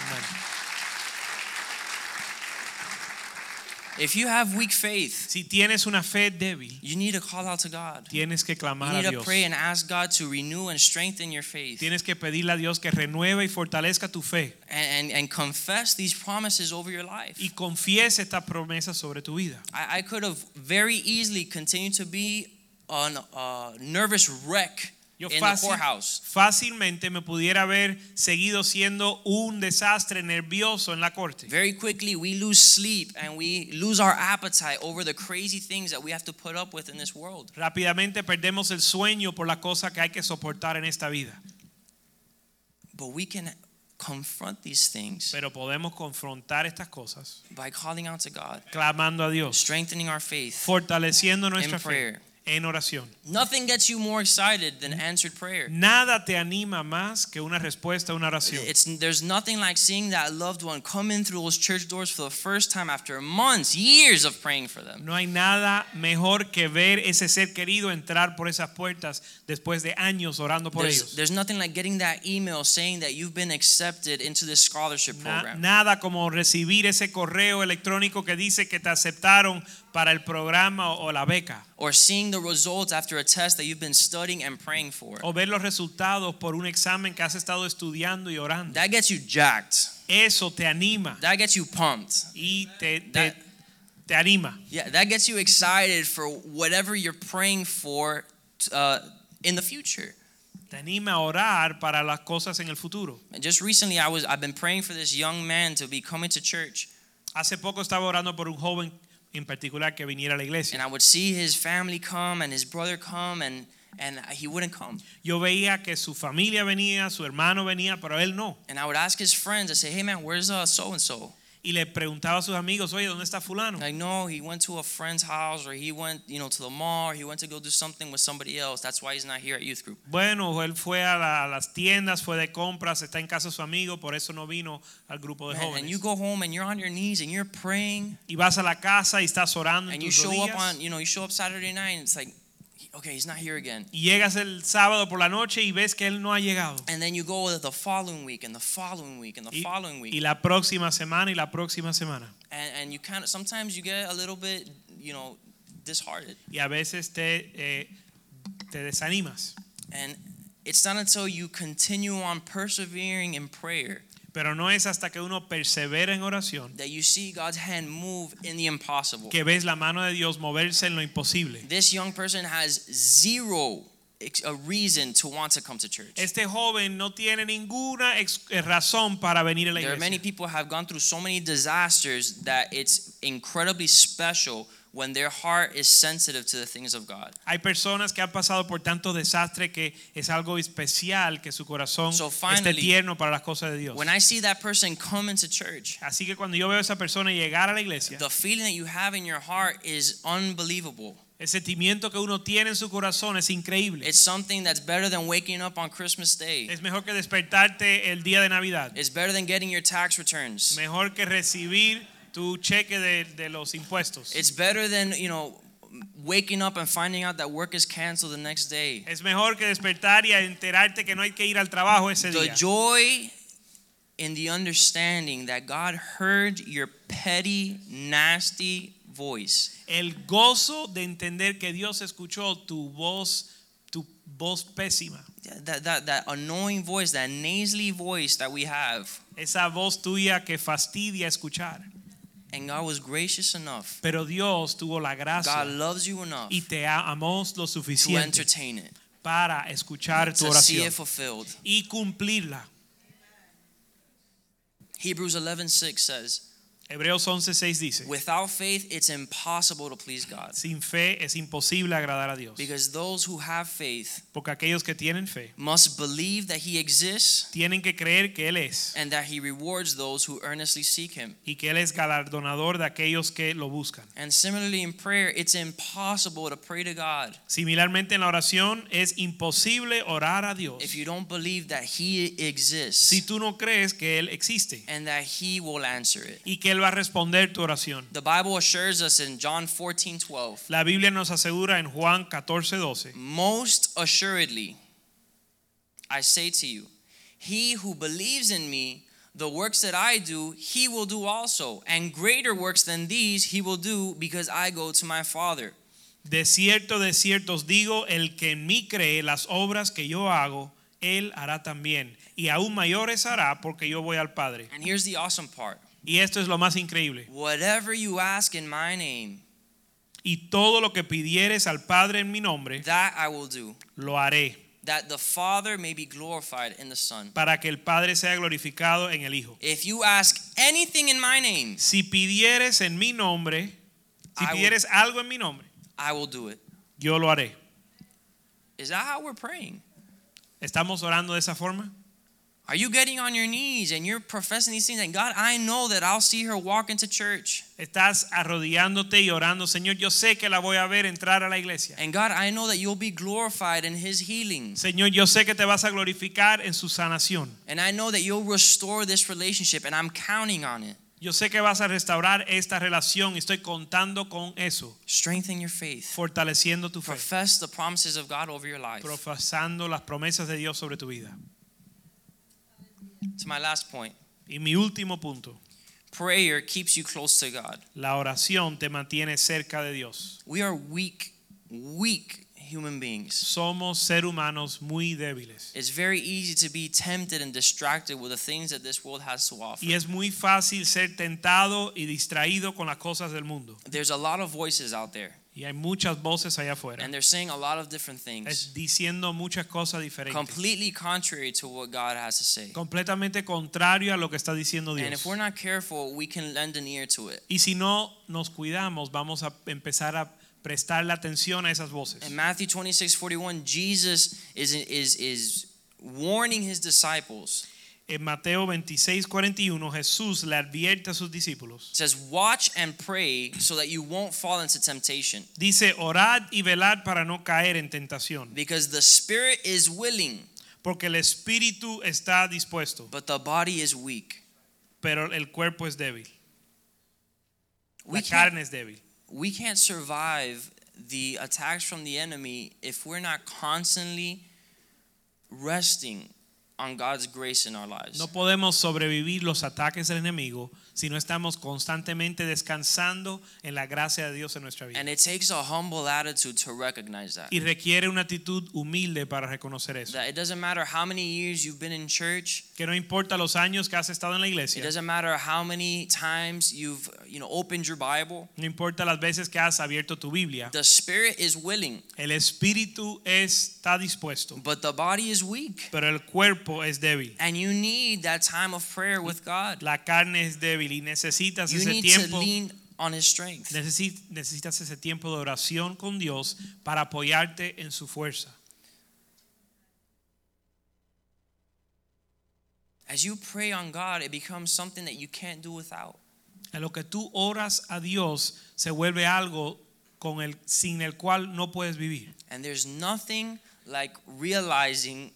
Speaker 2: Amén.
Speaker 1: If you have weak faith,
Speaker 2: Si tienes una fe débil,
Speaker 1: you need to call out to God.
Speaker 2: Tienes que
Speaker 1: You
Speaker 2: clamar
Speaker 1: need
Speaker 2: a
Speaker 1: to
Speaker 2: Dios.
Speaker 1: pray and ask God to renew and strengthen your faith, and,
Speaker 2: Tienes que pedirle a Dios que renueve y fortalezca tu fe
Speaker 1: and, and confess these promises over your life.
Speaker 2: y confiese estas promesas sobre tu vida.
Speaker 1: I, I could have very easily continued to be a uh, nervous wreck
Speaker 2: Yo
Speaker 1: in
Speaker 2: fácil-
Speaker 1: the courthouse.
Speaker 2: fácilmente me pudiera haber seguido siendo un desastre nervioso en la corte.
Speaker 1: Very quickly, we lose sleep and we lose our appetite over the crazy things that we have to put up with in this world.
Speaker 2: Rápidamente perdemos el sueño por la cosa que hay que soportar en esta vida.
Speaker 1: But we can confront these things
Speaker 2: Pero podemos confrontar estas cosas
Speaker 1: by calling out to God,
Speaker 2: clamando a Dios,
Speaker 1: strengthening our faith
Speaker 2: fortaleciendo
Speaker 1: in
Speaker 2: nuestra fe
Speaker 1: prayer.
Speaker 2: en oración.
Speaker 1: Nothing gets you more excited than answered prayer.
Speaker 2: Nada te anima más que una respuesta a una oración.
Speaker 1: It's there's nothing like seeing that loved one come in through those church doors for the first time after months, years of praying for them.
Speaker 2: No hay nada mejor que ver ese ser querido entrar por esas puertas después de años orando por
Speaker 1: There's,
Speaker 2: ellos.
Speaker 1: there's nothing like getting that email saying that you've been accepted into this scholarship
Speaker 2: Na-
Speaker 1: program.
Speaker 2: nada como recibir ese correo electrónico que dice que te aceptaron para el programa o, o la beca.
Speaker 1: or seeing the results after a test that you've been studying and praying for.
Speaker 2: O ver los resultados por un examen que has estado estudiando y orando.
Speaker 1: That gets you jacked.
Speaker 2: Eso te anima
Speaker 1: That gets you pumped.
Speaker 2: y te, te,
Speaker 1: That-
Speaker 2: te anima.
Speaker 1: Yeah, that gets you excited for whatever you're praying for uh, in the future.
Speaker 2: Te anima a orar para las cosas en el futuro.
Speaker 1: And just recently, I was I've been praying for this young man to be coming to church,
Speaker 2: Hace poco estaba orando por un joven en particular que viniera a la iglesia.
Speaker 1: and I would see his family come and his brother come, and and he wouldn't come.
Speaker 2: Yo veía que su familia venía, su hermano venía, pero él no.
Speaker 1: And I would ask his friends, I say, "Hey man, where's uh, so and so?"
Speaker 2: Y le preguntaba a sus amigos, oye, ¿dónde está fulano?
Speaker 1: Like, no, he went to a friend's house, or he went, you know, to the mall, or he went to go do something with somebody else. That's why he's not here at youth group.
Speaker 2: Bueno, él fue a, la- a las tiendas, fue de compras, está en casa de su amigo, por eso no vino al grupo de
Speaker 1: Man, and you
Speaker 2: jóvenes.
Speaker 1: go home and you're on your knees and you're praying
Speaker 2: Y vas a la casa y estás orando en
Speaker 1: and you
Speaker 2: tus
Speaker 1: show up
Speaker 2: rodillas.
Speaker 1: on you know you show up Saturday night and it's like okay he's not here again
Speaker 2: Y llegas el sábado por la noche y ves que él no ha llegado.
Speaker 1: and then you go with it the following week and the following week and the
Speaker 2: Y,
Speaker 1: following
Speaker 2: y
Speaker 1: week
Speaker 2: la próxima semana y la próxima semana.
Speaker 1: and, and you kind of sometimes you get a little bit you know disheartened
Speaker 2: Y a veces te, eh, te desanimas.
Speaker 1: and it's not until you continue on persevering in prayer
Speaker 2: Pero no es hasta que uno persevera en oración
Speaker 1: that you see God's hand move in the impossible
Speaker 2: que ves la mano de Dios moverse en lo imposible.
Speaker 1: this young person has zero ex- a reason to want to come to church
Speaker 2: Este joven no tiene ninguna ex- eh, razón para venir a la
Speaker 1: There are many
Speaker 2: iglesia.
Speaker 1: people have gone through so many disasters that it's incredibly special when their heart is sensitive to the things of God.
Speaker 2: Hay personas que han pasado por tanto desastre que es algo especial que su corazón
Speaker 1: So
Speaker 2: esté
Speaker 1: finally,
Speaker 2: tierno para las cosas de Dios.
Speaker 1: When I see that person come into church,
Speaker 2: Así que cuando yo veo a esa persona llegar a la iglesia,
Speaker 1: the feeling that you have in your heart is unbelievable.
Speaker 2: el sentimiento que uno tiene en su corazón es increíble.
Speaker 1: It's something that's better than waking up on Christmas Day.
Speaker 2: Es mejor que despertarte el día de Navidad,
Speaker 1: It's better than getting your tax returns.
Speaker 2: mejor que recibir tu cheque de, de los impuestos.
Speaker 1: It's better than, you know, waking up and finding out that work is canceled the next day.
Speaker 2: Es mejor que despertar y enterarte que no hay que ir al trabajo ese
Speaker 1: The
Speaker 2: día.
Speaker 1: joy in the understanding that God heard your petty, nasty voice
Speaker 2: El gozo de entender que Dios escuchó tu voz, tu voz pésima.
Speaker 1: that, that, that annoying voice, that nasally voice that we have.
Speaker 2: Esa voz tuya que fastidia escuchar.
Speaker 1: And God was gracious enough.
Speaker 2: Pero Dios tuvo la
Speaker 1: God
Speaker 2: gracia
Speaker 1: loves you enough
Speaker 2: y te amó lo
Speaker 1: to
Speaker 2: suficiente
Speaker 1: entertain it,
Speaker 2: para escuchar tu
Speaker 1: to see it
Speaker 2: oración
Speaker 1: fulfilled.
Speaker 2: y cumplirla.
Speaker 1: Hebrews 11:6 says,
Speaker 2: Hebreos 11:6 dice,
Speaker 1: "Without faith, it's impossible to please God,
Speaker 2: sin fe es imposible agradar a Dios,
Speaker 1: because those who have faith
Speaker 2: porque aquellos que tienen fe
Speaker 1: must believe that He exists
Speaker 2: tienen que creer que Él es
Speaker 1: and that He rewards those who earnestly seek Him."
Speaker 2: y que Él es galardonador de aquellos que lo buscan.
Speaker 1: And similarly, in prayer, it's impossible to pray to God
Speaker 2: Similarmente en la oración es imposible orar a Dios
Speaker 1: if you don't believe that He exists
Speaker 2: si tú no crees que Él existe
Speaker 1: and that He will answer it.
Speaker 2: y que Él va a responder tu oración.
Speaker 1: The Bible assures us in John 14 12,
Speaker 2: La Biblia nos asegura en Juan 14, 12,
Speaker 1: most assuredly, I say to you, he who believes in me, the works that I do, he will do also, and greater works than these he will do because I go to my Father.
Speaker 2: de cierto, de cierto os digo, el que en mí cree las obras que yo hago, Él hará también, y aún mayores hará porque yo voy al Padre.
Speaker 1: And here's the awesome part
Speaker 2: Y esto es lo más increíble.
Speaker 1: whatever you ask in my name,
Speaker 2: Y todo lo que pidieres al Padre en mi nombre,
Speaker 1: that I will do.
Speaker 2: lo haré,
Speaker 1: that the Father may be glorified in the Son.
Speaker 2: para que el Padre sea glorificado en el Hijo.
Speaker 1: If you ask anything in my name,
Speaker 2: Si pidieres en mi nombre,
Speaker 1: I
Speaker 2: si
Speaker 1: will-
Speaker 2: pidieres algo en mi nombre,
Speaker 1: I will do it.
Speaker 2: yo lo haré.
Speaker 1: Is that how we're praying?
Speaker 2: ¿Estamos orando de esa forma?
Speaker 1: Are you getting on your knees and you're professing these things? And God, I know that I'll see her walk into church.
Speaker 2: Estás arrodillándote y orando, Señor, yo sé que la voy a ver entrar a la iglesia.
Speaker 1: And God, I know that you'll be glorified in his healings.
Speaker 2: Señor, yo sé que te vas a glorificar en su sanación.
Speaker 1: And I know that you'll restore this relationship, and I'm counting on it.
Speaker 2: Yo sé que vas a restaurar esta relación y estoy contando con eso,
Speaker 1: Strengthen your faith.
Speaker 2: fortaleciendo tu fe,
Speaker 1: Profess the promises of God over your life.
Speaker 2: profesando las promesas de Dios sobre tu vida.
Speaker 1: To my last point
Speaker 2: Y mi último punto,
Speaker 1: prayer keeps you close to God.
Speaker 2: la oración te mantiene cerca de Dios.
Speaker 1: We are weak, weak human beings.
Speaker 2: Somos seres humanos muy débiles
Speaker 1: It's very easy to be tempted and distracted with the things that this world has to offer.
Speaker 2: y es muy fácil ser tentado y distraído con las cosas del mundo.
Speaker 1: There's a lot of voices out there,
Speaker 2: Y hay muchas voces allá afuera
Speaker 1: and they're saying a lot of different things,
Speaker 2: es diciendo muchas cosas diferentes,
Speaker 1: completely contrary to what God has to say.
Speaker 2: completamente contrario a lo que está diciendo
Speaker 1: And if
Speaker 2: Dios.
Speaker 1: we're not careful, we can lend an ear to it.
Speaker 2: Y si no nos cuidamos, vamos a empezar a prestarle atención a esas voces.
Speaker 1: In Matthew 26, 41, Jesus is, is, is warning his disciples.
Speaker 2: En Mateo 26, 41, Jesús le advierte a sus discípulos.
Speaker 1: It says, Watch and pray so that you won't fall into temptation.
Speaker 2: Dice, orad y velad para no caer en tentación,
Speaker 1: Because the spirit is willing,
Speaker 2: porque el espíritu está dispuesto,
Speaker 1: but the body is weak.
Speaker 2: pero el cuerpo es débil,
Speaker 1: We
Speaker 2: la
Speaker 1: can't,
Speaker 2: carne es débil.
Speaker 1: we can't survive the attacks from the enemy if we're not constantly resting on God's grace in our lives.
Speaker 2: No podemos sobrevivir los ataques del enemigo si no estamos constantemente descansando en la gracia de Dios en nuestra vida.
Speaker 1: And it takes a humble attitude to recognize that.
Speaker 2: Y requiere una actitud humilde para reconocer eso.
Speaker 1: That it doesn't matter how many years you've been in church.
Speaker 2: Que no importa los años que has estado en la
Speaker 1: It
Speaker 2: iglesia,
Speaker 1: doesn't matter how many times you've, you know, opened your Bible.
Speaker 2: no importa las veces que has abierto tu Biblia,
Speaker 1: The spirit is willing,
Speaker 2: el espíritu está dispuesto,
Speaker 1: but the body is weak.
Speaker 2: pero el cuerpo es débil.
Speaker 1: And you need that time of prayer with God.
Speaker 2: La carne es débil y necesitas
Speaker 1: You
Speaker 2: ese
Speaker 1: need to
Speaker 2: tiempo,
Speaker 1: lean on his strength.
Speaker 2: necesi- necesitas ese tiempo de oración con Dios para apoyarte en su fuerza.
Speaker 1: As you pray on God, it becomes something that you can't do without.
Speaker 2: En lo que tú oras a Dios se vuelve algo con el, sin el cual no puedes vivir.
Speaker 1: And there's nothing like realizing,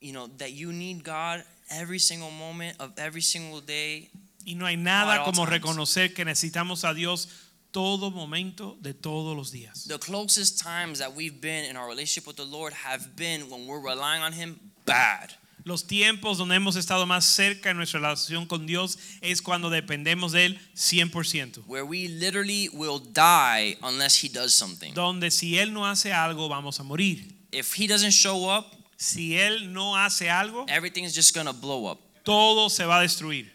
Speaker 1: you know, that you need God every single moment of every single day.
Speaker 2: Y no hay nada
Speaker 1: At all
Speaker 2: como
Speaker 1: times.
Speaker 2: reconocer que necesitamos a Dios todo momento de todos los días.
Speaker 1: The closest times that we've been in our relationship with the Lord have been when we're relying on him bad.
Speaker 2: Los tiempos donde hemos estado más cerca en nuestra relación con Dios es cuando dependemos de Él 100%.
Speaker 1: where we literally will die unless he does something.
Speaker 2: Donde si Él no hace algo, vamos a morir.
Speaker 1: If he doesn't show up,
Speaker 2: Si Él no hace algo,
Speaker 1: everything's just gonna blow up.
Speaker 2: todo se va a destruir.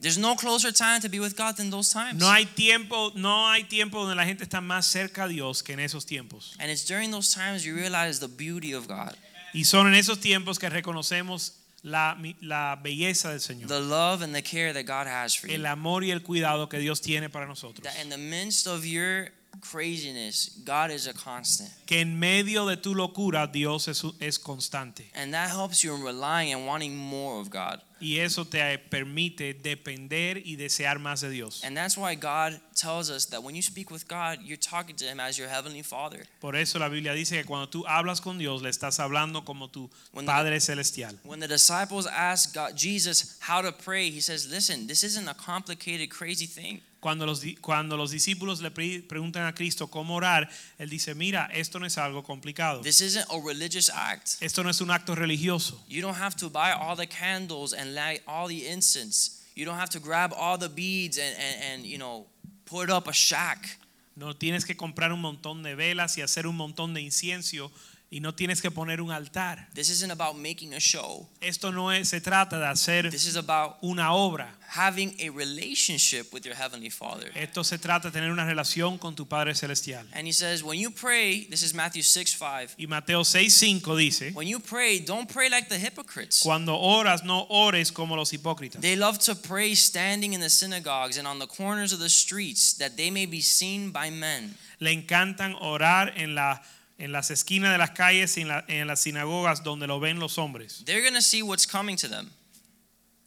Speaker 1: There's no closer time to be with God than those times.
Speaker 2: No hay tiempo, no hay tiempo donde la gente está más cerca a Dios que en esos tiempos.
Speaker 1: and it's during those times you realize the beauty of God,
Speaker 2: Y son en esos tiempos que reconocemos la, mi- la belleza del Señor,
Speaker 1: the love and the care that God has for
Speaker 2: el
Speaker 1: you.
Speaker 2: amor y el cuidado que Dios tiene para nosotros.
Speaker 1: That in the midst of your craziness, God is a constant.
Speaker 2: Que en medio de tu locura Dios es, es constante.
Speaker 1: And that helps you in relying and wanting more of God.
Speaker 2: Y eso te permite depender y desear más de Dios.
Speaker 1: And that's why God tells us that when you speak with God, you're talking to Him as your Heavenly Father.
Speaker 2: Por eso la Biblia dice que cuando tú hablas con Dios, le estás hablando como tu
Speaker 1: When the-
Speaker 2: Padre Celestial.
Speaker 1: When the disciples asked God, Jesus how to pray, he says, Listen, this isn't a complicated, crazy thing.
Speaker 2: Cuando los, di- cuando los discípulos le pre- preguntan a Cristo cómo orar, Él dice, mira, esto no es algo complicado.
Speaker 1: This isn't a religious act.
Speaker 2: Esto no es un acto religioso.
Speaker 1: You don't have to buy all the candles and light all the incense. You don't have to grab all the beads and, and, and you know, put up a shack.
Speaker 2: No tienes que comprar un montón de velas y hacer un montón de incienso y no tienes que poner un altar.
Speaker 1: This isn't about making a show.
Speaker 2: Esto no es, se trata de hacer
Speaker 1: This is about
Speaker 2: una obra.
Speaker 1: having a relationship with your Heavenly Father.
Speaker 2: Esto se trata de tener una relación con tu Padre Celestial.
Speaker 1: And he says, when you pray, this is Matthew 6 5.
Speaker 2: Y Mateo 6:5 dice,
Speaker 1: When you pray, don't pray like the hypocrites.
Speaker 2: cuando oras no ores como los hipócritas.
Speaker 1: They love to pray standing in the synagogues and on the corners of the streets that they may be seen by men.
Speaker 2: Le encantan orar en, la, en las esquinas de las calles, y en, la- en las sinagogas donde lo ven los hombres.
Speaker 1: They're going to see what's coming to them.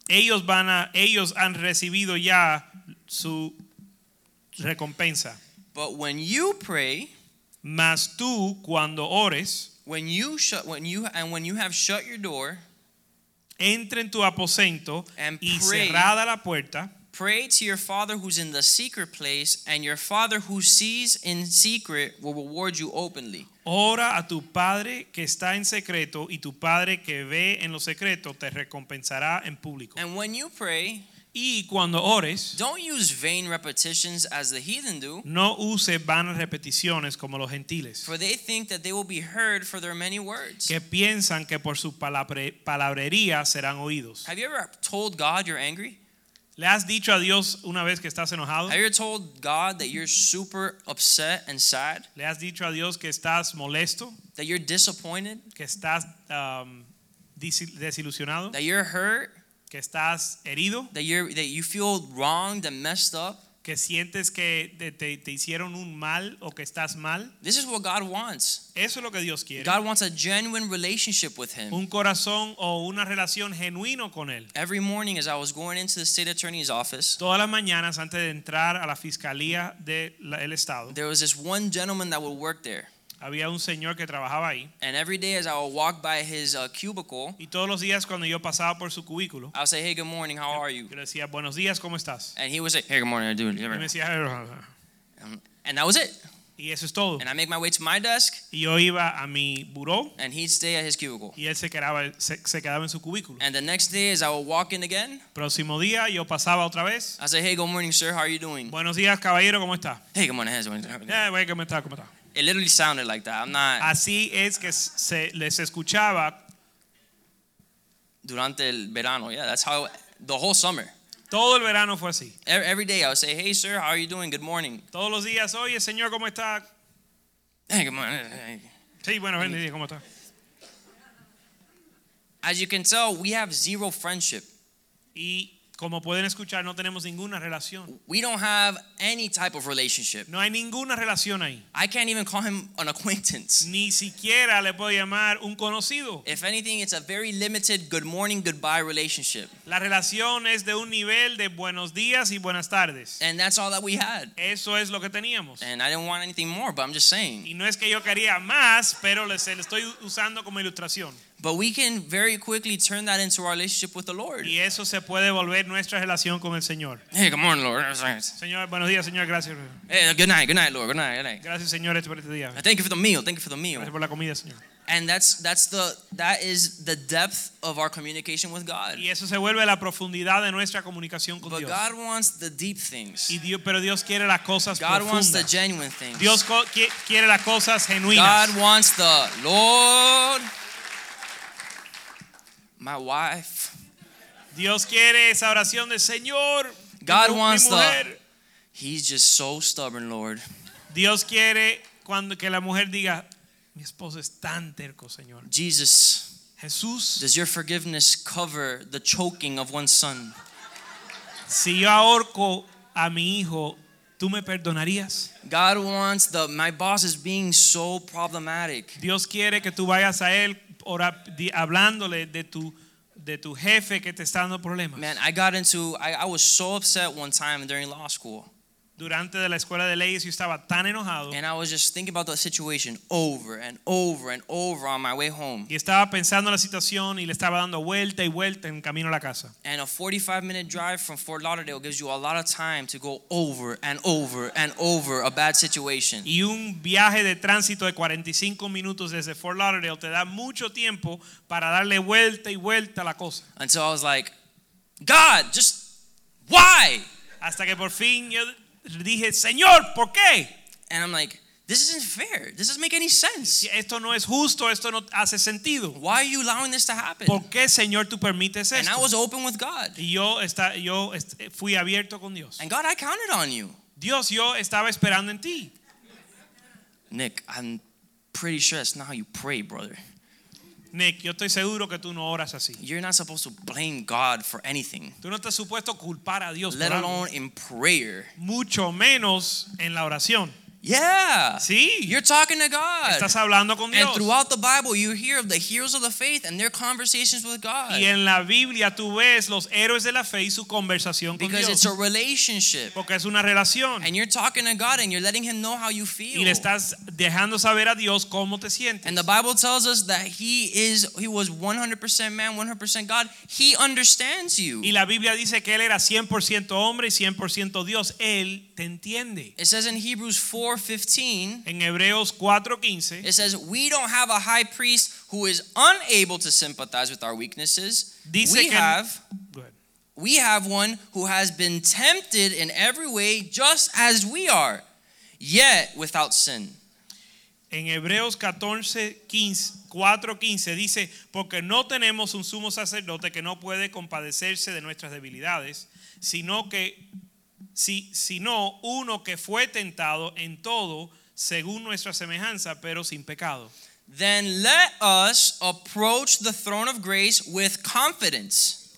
Speaker 2: Ellos, van a, ellos han recibido ya su recompensa.
Speaker 1: But when you pray,
Speaker 2: Mas tú cuando ores,
Speaker 1: when you shut when you and when you have shut your door,
Speaker 2: entra en tu aposento
Speaker 1: And
Speaker 2: y
Speaker 1: pray.
Speaker 2: cerrada la puerta,
Speaker 1: pray to your Father who's in the secret place, and your Father who sees in secret will reward you openly.
Speaker 2: ora a tu Padre que está en secreto y tu Padre que ve en lo secreto te recompensará en público.
Speaker 1: And when you pray,
Speaker 2: Y cuando ores,
Speaker 1: don't use vain repetitions as the heathen do,
Speaker 2: no uses vanas repeticiones como los gentiles,
Speaker 1: for they think that they will be heard for their many words.
Speaker 2: que piensan que por su palabre- palabrería serán oídos.
Speaker 1: Have you ever told God you're angry?
Speaker 2: ¿Le has dicho a Dios una vez que estás enojado?
Speaker 1: Have you ever told God that you're super upset and sad,
Speaker 2: ¿Le has dicho a Dios que estás molesto,
Speaker 1: that you're disappointed,
Speaker 2: que estás um, disi- desilusionado?
Speaker 1: that you're hurt,
Speaker 2: que estás herido,
Speaker 1: that you're that you feel wronged and messed up?
Speaker 2: que sientes que te, te- te hicieron un mal o que estás mal.
Speaker 1: This is what God wants.
Speaker 2: Eso es lo que Dios quiere.
Speaker 1: God wants a genuine relationship with him.
Speaker 2: Un corazón o una relación genuino con Él.
Speaker 1: Every morning as I was going into the state attorney's office,
Speaker 2: Todas las mañanas antes de entrar a la fiscalía del estado,
Speaker 1: there was this one gentleman that would work there.
Speaker 2: había un señor que trabajaba ahí
Speaker 1: And every day as I would walk by his uh, cubicle,
Speaker 2: y todos los días cuando yo pasaba por su cubículo,
Speaker 1: I would say, hey, good morning, how are you?
Speaker 2: yo le decía, buenos días, ¿cómo estás?
Speaker 1: And he would say, hey, good morning, how you
Speaker 2: Y me
Speaker 1: doing?"
Speaker 2: decía, "Ah".
Speaker 1: And that was it.
Speaker 2: y eso es todo.
Speaker 1: And I make my way to my desk,
Speaker 2: Y yo iba a mi buró
Speaker 1: and he'd stay at his cubicle.
Speaker 2: y él se quedaba, se, se quedaba en su cubículo.
Speaker 1: And the next day as I would walk in again,
Speaker 2: Próximo día yo pasaba otra vez.
Speaker 1: I say, hey, good morning, sir, how are you doing?
Speaker 2: Buenos días, caballero, ¿cómo está?
Speaker 1: Hey, good morning, how you doing?"
Speaker 2: Eh, güey, ¿cómo está? ¿Cómo está?
Speaker 1: It literally sounded like that. I'm not,
Speaker 2: Así es que se les escuchaba
Speaker 1: durante el verano, yeah, that's how, the whole summer.
Speaker 2: todo el verano fue así.
Speaker 1: E- Every day I would say, hey, sir, how are you doing? Good morning.
Speaker 2: Todos los días, oye señor, ¿cómo está?
Speaker 1: Hey, good morning.
Speaker 2: Sí, bueno, ven, dice, ¿cómo está?
Speaker 1: As you can tell, we have zero friendship.
Speaker 2: Y como pueden escuchar, no tenemos ninguna relación.
Speaker 1: We don't have any type of relationship.
Speaker 2: No hay ninguna relación ahí.
Speaker 1: I can't even call him an acquaintance.
Speaker 2: Ni siquiera le puedo llamar un conocido.
Speaker 1: If anything, it's a very limited good morning, goodbye relationship.
Speaker 2: La relación es de un nivel de buenos días y buenas tardes.
Speaker 1: And that's all that we had.
Speaker 2: Eso es lo que teníamos.
Speaker 1: And I didn't want anything more, but I'm just saying.
Speaker 2: Y no es que yo quería más, pero les- se lo estoy usando como ilustración.
Speaker 1: But we can very quickly turn that into our relationship with the Lord.
Speaker 2: Y eso se puede volver nuestra relación con el Señor.
Speaker 1: Hey, good morning, Lord. Hey,
Speaker 2: Señor, buenos días, Señor, gracias.
Speaker 1: good night, good night, Lord. Good night, good night.
Speaker 2: Gracias, Señor, por este día.
Speaker 1: Thank you for the meal. Thank you for the
Speaker 2: Gracias
Speaker 1: meal.
Speaker 2: por la comida, Señor.
Speaker 1: And that's that's the that is the depth of our communication with God.
Speaker 2: Y eso se vuelve la profundidad de nuestra comunicación con
Speaker 1: But
Speaker 2: Dios.
Speaker 1: God wants the deep
Speaker 2: Y
Speaker 1: things.
Speaker 2: Dios, pero Dios quiere las cosas
Speaker 1: God wants the
Speaker 2: profundas.
Speaker 1: genuine things.
Speaker 2: Dios co- qui- quiere las cosas genuinas.
Speaker 1: God wants the Lord. My wife.
Speaker 2: Dios quiere esa oración de Señor.
Speaker 1: God
Speaker 2: mi
Speaker 1: wants the-
Speaker 2: mujer.
Speaker 1: He's just so stubborn, Lord.
Speaker 2: Dios quiere cuando que la mujer diga, mi esposo es tan terco, Señor.
Speaker 1: Jesus,
Speaker 2: Jesús,
Speaker 1: does your forgiveness cover the choking of one son?
Speaker 2: si yo ahorco a mi hijo, ¿tú me perdonarías?
Speaker 1: God wants the my boss is being so problematic.
Speaker 2: Dios quiere que tú vayas a él ora- di- hablándole de tu de tu jefe que te está dando problemas.
Speaker 1: Man, I got into I, I was so upset one time during law school.
Speaker 2: durante de la escuela de leyes yo estaba tan enojado
Speaker 1: And I was just thinking about the situation over and over and over on my way home.
Speaker 2: y estaba pensando en la situación y le estaba dando vuelta y vuelta en camino a la casa.
Speaker 1: And a 45 minute drive from Fort Lauderdale gives you a lot of time to go over and over and over a bad situation.
Speaker 2: Y un viaje de tránsito de 45 minutos desde Fort Lauderdale te da mucho tiempo para darle vuelta y vuelta a la cosa.
Speaker 1: Until I was like, God, just why?
Speaker 2: Hasta que por fin yo dije, Señor, ¿por qué?
Speaker 1: And I'm like, This isn't fair. This doesn't make any sense.
Speaker 2: Esto no es justo, esto no hace sentido.
Speaker 1: Why are you allowing this to happen?
Speaker 2: ¿Por qué, Señor, tú permites
Speaker 1: And I
Speaker 2: esto?
Speaker 1: was open with God.
Speaker 2: Y yo, está, yo est- fui abierto con Dios.
Speaker 1: And God, I counted on you.
Speaker 2: Dios, yo estaba esperando en ti.
Speaker 1: Nick, I'm pretty sure that's not how you pray, brother.
Speaker 2: Nick, yo estoy seguro que tú no oras así.
Speaker 1: You're not supposed to blame God for anything,
Speaker 2: Tú no estás supuesto culpar a Dios,
Speaker 1: let
Speaker 2: por algo,
Speaker 1: alone in prayer.
Speaker 2: mucho menos en la oración.
Speaker 1: Yeah.
Speaker 2: Sí,
Speaker 1: You're talking to God.
Speaker 2: estás hablando con
Speaker 1: And
Speaker 2: Dios.
Speaker 1: throughout the Bible, you hear of the heroes of the faith and their conversations with God.
Speaker 2: Y en la Biblia tú ves los héroes de la fe y su conversación con
Speaker 1: Because it's a
Speaker 2: Dios.
Speaker 1: relationship.
Speaker 2: Porque es una relación.
Speaker 1: And you're talking to God and you're letting Him know how you
Speaker 2: Y le
Speaker 1: feel.
Speaker 2: estás dejando saber a Dios cómo te sientes.
Speaker 1: And the Bible tells us that He is, He was 100% man, 100% God. He understands
Speaker 2: Y
Speaker 1: you.
Speaker 2: la Biblia dice que Él era 100% hombre y 100% Dios. Él te entiende.
Speaker 1: It says in Hebrews 4:15.
Speaker 2: En Hebreos 4:15
Speaker 1: It says, We don't have a high priest who is unable to sympathize with our weaknesses.
Speaker 2: Dice
Speaker 1: we,
Speaker 2: que-
Speaker 1: have,
Speaker 2: Go ahead.
Speaker 1: we have one who has been tempted in every way, just as we are, yet without sin.
Speaker 2: En Hebreos 14, 15, 4, 15 dice, porque no tenemos un sumo sacerdote que no puede compadecerse de nuestras debilidades, sino que si, sino uno que fue tentado en todo según nuestra semejanza, pero sin pecado.
Speaker 1: Then let us approach the throne of grace with confidence,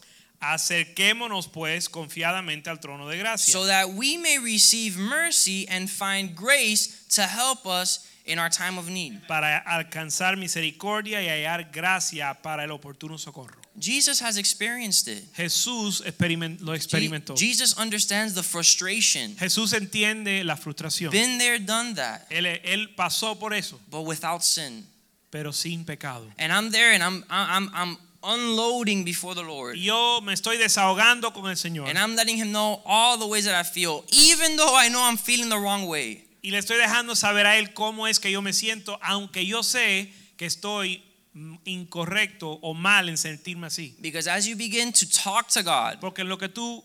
Speaker 2: Acerquémonos pues confiadamente al trono de gracia.
Speaker 1: so that we may receive mercy and find grace to help us in our time of need.
Speaker 2: para alcanzar misericordia y hallar gracia para el oportuno socorro.
Speaker 1: Jesus has experienced it.
Speaker 2: Jesús experimen- lo
Speaker 1: Je-
Speaker 2: experimentó.
Speaker 1: Jesus understands the frustration.
Speaker 2: Jesús entiende la frustración.
Speaker 1: Been there, done that.
Speaker 2: Él, él pasó por eso,
Speaker 1: but without sin.
Speaker 2: pero sin pecado.
Speaker 1: And I'm there and I'm I'm I'm unloading before the Lord.
Speaker 2: Y Yo me estoy desahogando con el Señor
Speaker 1: And I'm letting him know all the ways that I feel, even though I know I'm feeling the wrong way.
Speaker 2: y le estoy dejando saber a Él cómo es que yo me siento, aunque yo sé que estoy mm, incorrecto o mal en sentirme así.
Speaker 1: Because as you begin to talk to God,
Speaker 2: Porque en lo que tú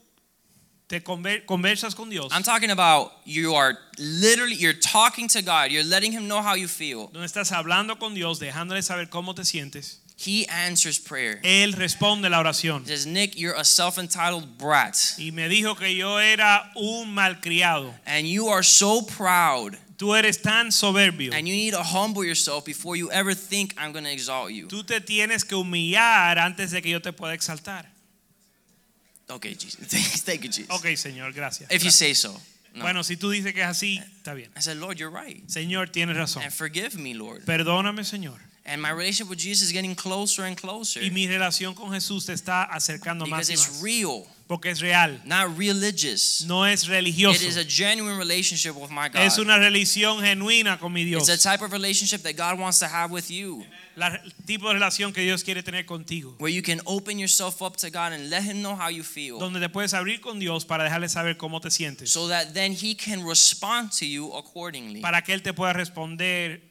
Speaker 2: te conver- conversas con Dios,
Speaker 1: I'm talking about you are literally you're talking to God. You're letting him know how you feel.
Speaker 2: donde estás hablando con Dios, dejándole saber cómo te sientes.
Speaker 1: He answers prayer.
Speaker 2: Él responde la oración
Speaker 1: He says, Nick, you're a self-entitled brat.
Speaker 2: y me dijo que yo era un malcriado.
Speaker 1: And you are so proud.
Speaker 2: Tú eres tan soberbio.
Speaker 1: And you need to humble yourself before you ever think I'm gonna exalt you.
Speaker 2: Tú te tienes que humillar antes de que yo te pueda exaltar.
Speaker 1: Okay, Jesus. [laughs] Thank you, Jesus.
Speaker 2: Ok, Señor, gracias.
Speaker 1: If you
Speaker 2: Gracias.
Speaker 1: say so. No. Eh.
Speaker 2: Bueno, si tú dices que es así, está bien.
Speaker 1: I said, Lord, you're right.
Speaker 2: Señor, tienes razón.
Speaker 1: And forgive me, Lord.
Speaker 2: Perdóname, Señor.
Speaker 1: And my relationship with Jesus is getting closer and closer
Speaker 2: Y mi relación con Jesús te está acercando más
Speaker 1: because
Speaker 2: y
Speaker 1: it's
Speaker 2: más.
Speaker 1: real,
Speaker 2: Porque es real,
Speaker 1: not religious.
Speaker 2: no
Speaker 1: It
Speaker 2: es
Speaker 1: is
Speaker 2: religioso.
Speaker 1: a genuine relationship with my God.
Speaker 2: Es una relación genuina con mi Dios.
Speaker 1: It's a type of relationship that God wants to have with you,
Speaker 2: La- El tipo de relación que Dios quiere tener contigo.
Speaker 1: where you can open yourself up to God and let Him know how you feel,
Speaker 2: Donde te puedes abrir con Dios para dejarle saber cómo te sientes.
Speaker 1: so that then He can respond to you accordingly.
Speaker 2: para que él te pueda responder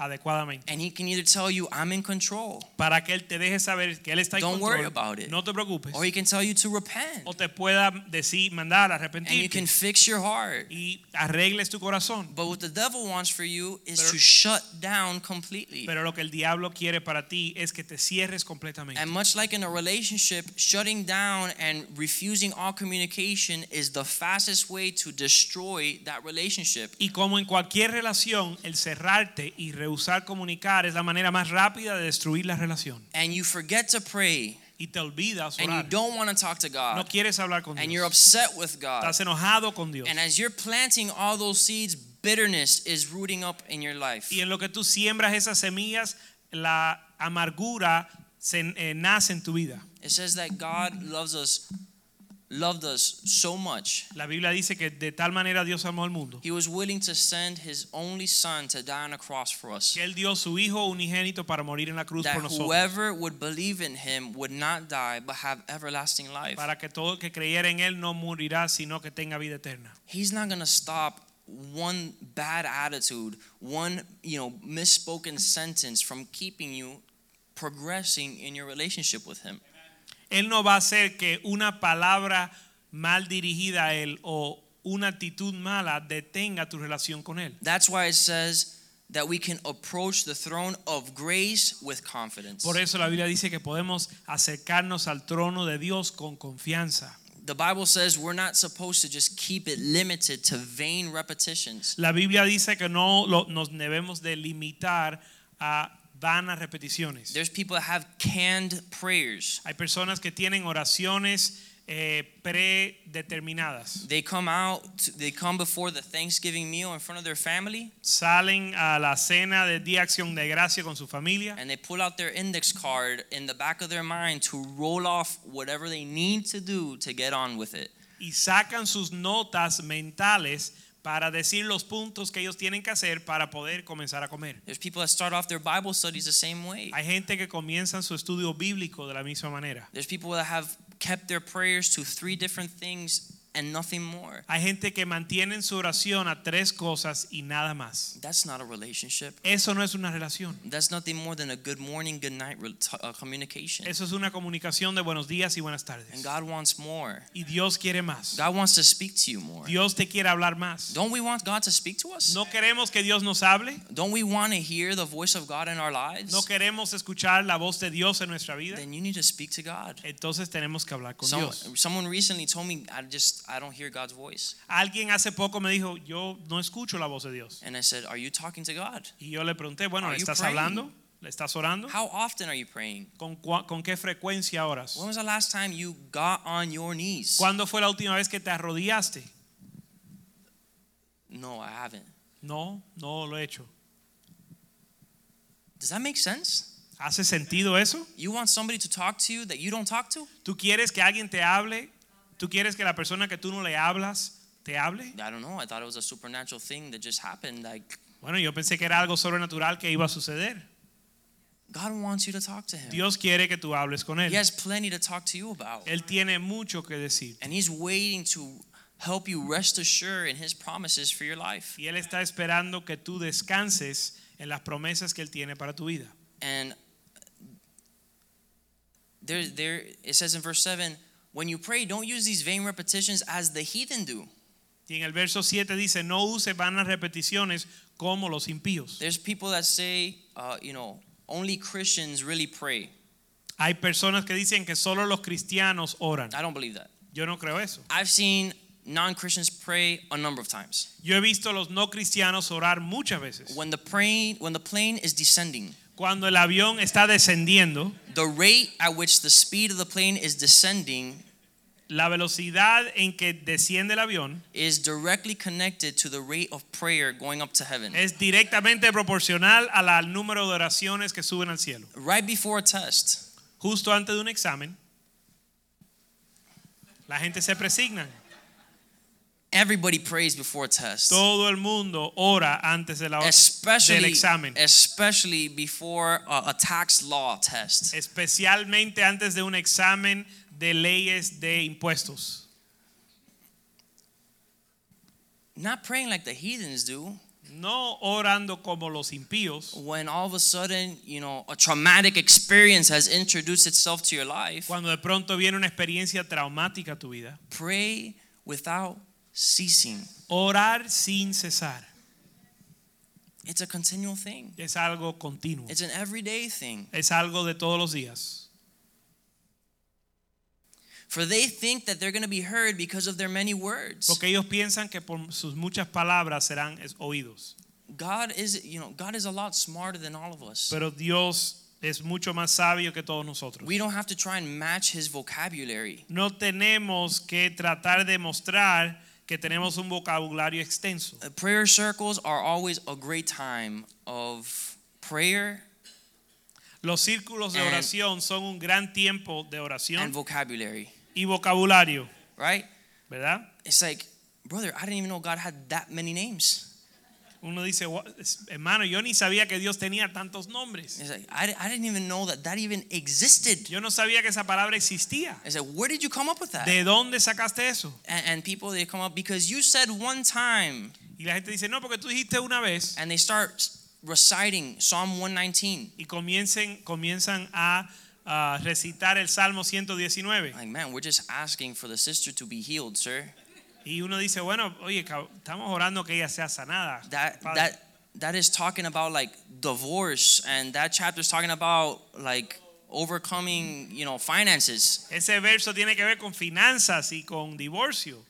Speaker 2: adecuadamente,
Speaker 1: And He can either tell you, I'm in control,
Speaker 2: para que él te deje saber que él está en
Speaker 1: Don't
Speaker 2: control.
Speaker 1: worry about it.
Speaker 2: No te preocupes.
Speaker 1: or He can tell you to repent
Speaker 2: O te pueda decir, mandar,
Speaker 1: and you
Speaker 2: arrepentirte
Speaker 1: can fix your heart.
Speaker 2: y arregles tu corazón.
Speaker 1: But what the devil wants for you is
Speaker 2: Pero-
Speaker 1: to shut down completely.
Speaker 2: Pero lo que el diablo quiere para ti es que te cierres completamente.
Speaker 1: And much like in a relationship, shutting down and refusing all communication is the fastest way to destroy that relationship.
Speaker 2: Y como en cualquier relación, el cerrarte y rehusar comunicar es la manera más rápida de destruir la relación.
Speaker 1: And you forget to pray,
Speaker 2: Y te olvidas
Speaker 1: and you
Speaker 2: orar.
Speaker 1: don't want to talk to
Speaker 2: No
Speaker 1: God,
Speaker 2: quieres hablar con
Speaker 1: and you're
Speaker 2: Dios.
Speaker 1: upset with God.
Speaker 2: Estás enojado con Dios.
Speaker 1: And as you're planting all those seeds, bitterness is rooting up in your life.
Speaker 2: Y en lo que tú siembras esas semillas, la amargura se, eh, nace en tu vida.
Speaker 1: It says that God loves us, loved us so much,
Speaker 2: La Biblia dice que de tal manera Dios amó al mundo
Speaker 1: He was willing to send His only Son to die on a cross for us.
Speaker 2: que Él dio su Hijo unigénito para morir en la cruz
Speaker 1: that
Speaker 2: por nosotros.
Speaker 1: whoever would believe in him would not die but have everlasting life.
Speaker 2: Para que todo el que creyera en Él no morirá, sino que tenga vida eterna.
Speaker 1: He's not going to stop one bad attitude, one, you know, misspoken sentence from keeping you progressing in your relationship with him.
Speaker 2: Él no va a hacer que una palabra mal dirigida a Él o una actitud mala detenga tu relación con Él.
Speaker 1: That's why it says that we can approach the throne of grace with confidence.
Speaker 2: Por e- eso la Biblia dice que podemos acercarnos al trono de Dios con confianza.
Speaker 1: The Bible says we're not supposed to just keep it limited to vain repetitions.
Speaker 2: La Biblia dice que no lo- nos debemos de limitar a vanas repeticiones.
Speaker 1: There's people that have canned prayers.
Speaker 2: Hay personas que tienen oraciones eh, predeterminadas.
Speaker 1: They come out, they come before the Thanksgiving meal in front of their family,
Speaker 2: Salen a la cena del Día de Acción de Gracia con su familia
Speaker 1: and they pull out their index card in the back of their mind to roll off whatever they need to do to get on with it.
Speaker 2: y sacan sus notas mentales para decir los puntos que ellos tienen que hacer para poder comenzar a comer.
Speaker 1: There's people that start off their Bible studies the same way.
Speaker 2: Hay gente que comienza su estudio bíblico de la misma manera.
Speaker 1: There's people that have kept their prayers to three different things and nothing more.
Speaker 2: Hay gente que mantienen su oración a tres cosas y nada más.
Speaker 1: That's not a relationship.
Speaker 2: Eso no es una relación.
Speaker 1: That's nothing more than a good morning, good night rel- t- uh, communication.
Speaker 2: Eso es una comunicación de buenos días y buenas
Speaker 1: And
Speaker 2: tardes.
Speaker 1: God wants more.
Speaker 2: Y Dios quiere más.
Speaker 1: God wants to speak to you more.
Speaker 2: Dios te quiere hablar más.
Speaker 1: Don't we want God to speak to us?
Speaker 2: No queremos que Dios nos hable.
Speaker 1: Don't we want to hear the voice of God in our lives?
Speaker 2: No queremos escuchar la voz de Dios en nuestra vida.
Speaker 1: Then you need to speak to God.
Speaker 2: Entonces tenemos que hablar con
Speaker 1: Some,
Speaker 2: Dios.
Speaker 1: someone recently told me I just I don't hear God's voice,
Speaker 2: Alguien hace poco me dijo, yo no escucho la voz de Dios.
Speaker 1: and I said, "Are you talking to God?
Speaker 2: Y yo le pregunté, bueno,
Speaker 1: Are
Speaker 2: ¿le
Speaker 1: you
Speaker 2: estás
Speaker 1: praying?
Speaker 2: hablando? ¿Le estás orando?
Speaker 1: How often are you praying?
Speaker 2: ¿Con, cua- con qué frecuencia oras?
Speaker 1: When was the last time you got on your knees?"
Speaker 2: ¿Cuándo fue la última vez que te arrodillaste?
Speaker 1: No, I haven't.
Speaker 2: No, no lo he hecho.
Speaker 1: Does that make sense?
Speaker 2: ¿Hace sentido eso?
Speaker 1: You want somebody to talk to you that you don't talk to?
Speaker 2: ¿Tú quieres que alguien te hable? ¿Tú quieres que la persona que tú no le hablas te hable?
Speaker 1: I don't know. I thought it was a supernatural thing that just happened. Like
Speaker 2: Bueno, yo pensé que era algo sobrenatural que iba a suceder.
Speaker 1: God wants you to talk to Him.
Speaker 2: Dios Eh. quiere que tú hables con él.
Speaker 1: He has plenty to talk to you about,
Speaker 2: Él tiene mucho que decir
Speaker 1: and He's waiting to help you rest assured in His promises for your life.
Speaker 2: y él está esperando que tú descanses en las promesas que él tiene para tu vida.
Speaker 1: And there, there, it says in verse 7 when you pray, don't use these vain repetitions as the heathen do.
Speaker 2: Y en el verso 7 dice, no uses vanas repeticiones como los impíos.
Speaker 1: There's people that say, uh, you know, only Christians really pray.
Speaker 2: Hay personas que dicen que solo los cristianos oran.
Speaker 1: I don't believe that.
Speaker 2: Yo no creo eso.
Speaker 1: I've seen non Christians pray a number of times.
Speaker 2: Yo he visto a los no cristianos orar muchas veces.
Speaker 1: When the, plane, when the plane is descending,
Speaker 2: Cuando el avión está descendiendo,
Speaker 1: the rate at which the speed of the plane is descending
Speaker 2: la velocidad en que desciende el avión
Speaker 1: is directly connected to the rate of prayer going up to heaven.
Speaker 2: es directamente proporcional a la- al número de oraciones que suben al cielo.
Speaker 1: Right before a test,
Speaker 2: Justo antes de un examen, la gente se presigna.
Speaker 1: everybody prays before a test.
Speaker 2: Todo el mundo ora antes de la del
Speaker 1: especially
Speaker 2: examen,
Speaker 1: especially before a, a tax law test
Speaker 2: especialmente antes de un examen de leyes de impuestos.
Speaker 1: not praying like the heathens do
Speaker 2: No orando como los impíos.
Speaker 1: when all of a sudden you know a traumatic experience has introduced itself to your life
Speaker 2: Cuando de pronto viene una experiencia traumática a tu vida,
Speaker 1: pray without ceasing
Speaker 2: orar sin cesar
Speaker 1: it's a continual thing
Speaker 2: es algo continuo.
Speaker 1: it's an everyday thing
Speaker 2: es algo de todos los días.
Speaker 1: for they think that they're going to be heard because of their many words
Speaker 2: Porque ellos piensan que por sus muchas palabras serán es- oídos.
Speaker 1: god is you know god is a lot smarter than all of us
Speaker 2: Pero Dios es mucho más sabio que todos nosotros.
Speaker 1: we don't have to try and match his vocabulary
Speaker 2: No tenemos que tratar de mostrar que tenemos un vocabulario extenso.
Speaker 1: Uh, prayer circles are always a great time of prayer
Speaker 2: Los círculos de
Speaker 1: And-
Speaker 2: oración son un gran tiempo de
Speaker 1: and
Speaker 2: oración
Speaker 1: vocabulary,
Speaker 2: y vocabulario,
Speaker 1: right?
Speaker 2: ¿verdad?
Speaker 1: It's like, brother, I didn't even know God had that many names.
Speaker 2: Uno dice, "Wa- es- hermano, yo ni sabía que Dios tenía tantos nombres.
Speaker 1: It's like, I, I didn't even know that that even existed.
Speaker 2: Yo no sabía que esa palabra existía.
Speaker 1: I said, where did you come up with that?
Speaker 2: ¿De dónde sacaste eso?
Speaker 1: and, and people, they come up because you said one time,
Speaker 2: Y la gente dice, no, porque tú dijiste una vez.
Speaker 1: and they start reciting Psalm 119.
Speaker 2: y comiencen, comienzan a, ah, recitar el Salmo 119.
Speaker 1: Like, man, we're just asking for the sister to be healed, sir.
Speaker 2: Y uno dice, bueno, oye, cab- estamos orando que ella sea sanada.
Speaker 1: That
Speaker 2: Padre.
Speaker 1: that that is talking about like divorce, and that chapter is talking about like overcoming, you know, finances.
Speaker 2: Ese verso tiene que ver con finanzas y con divorcio.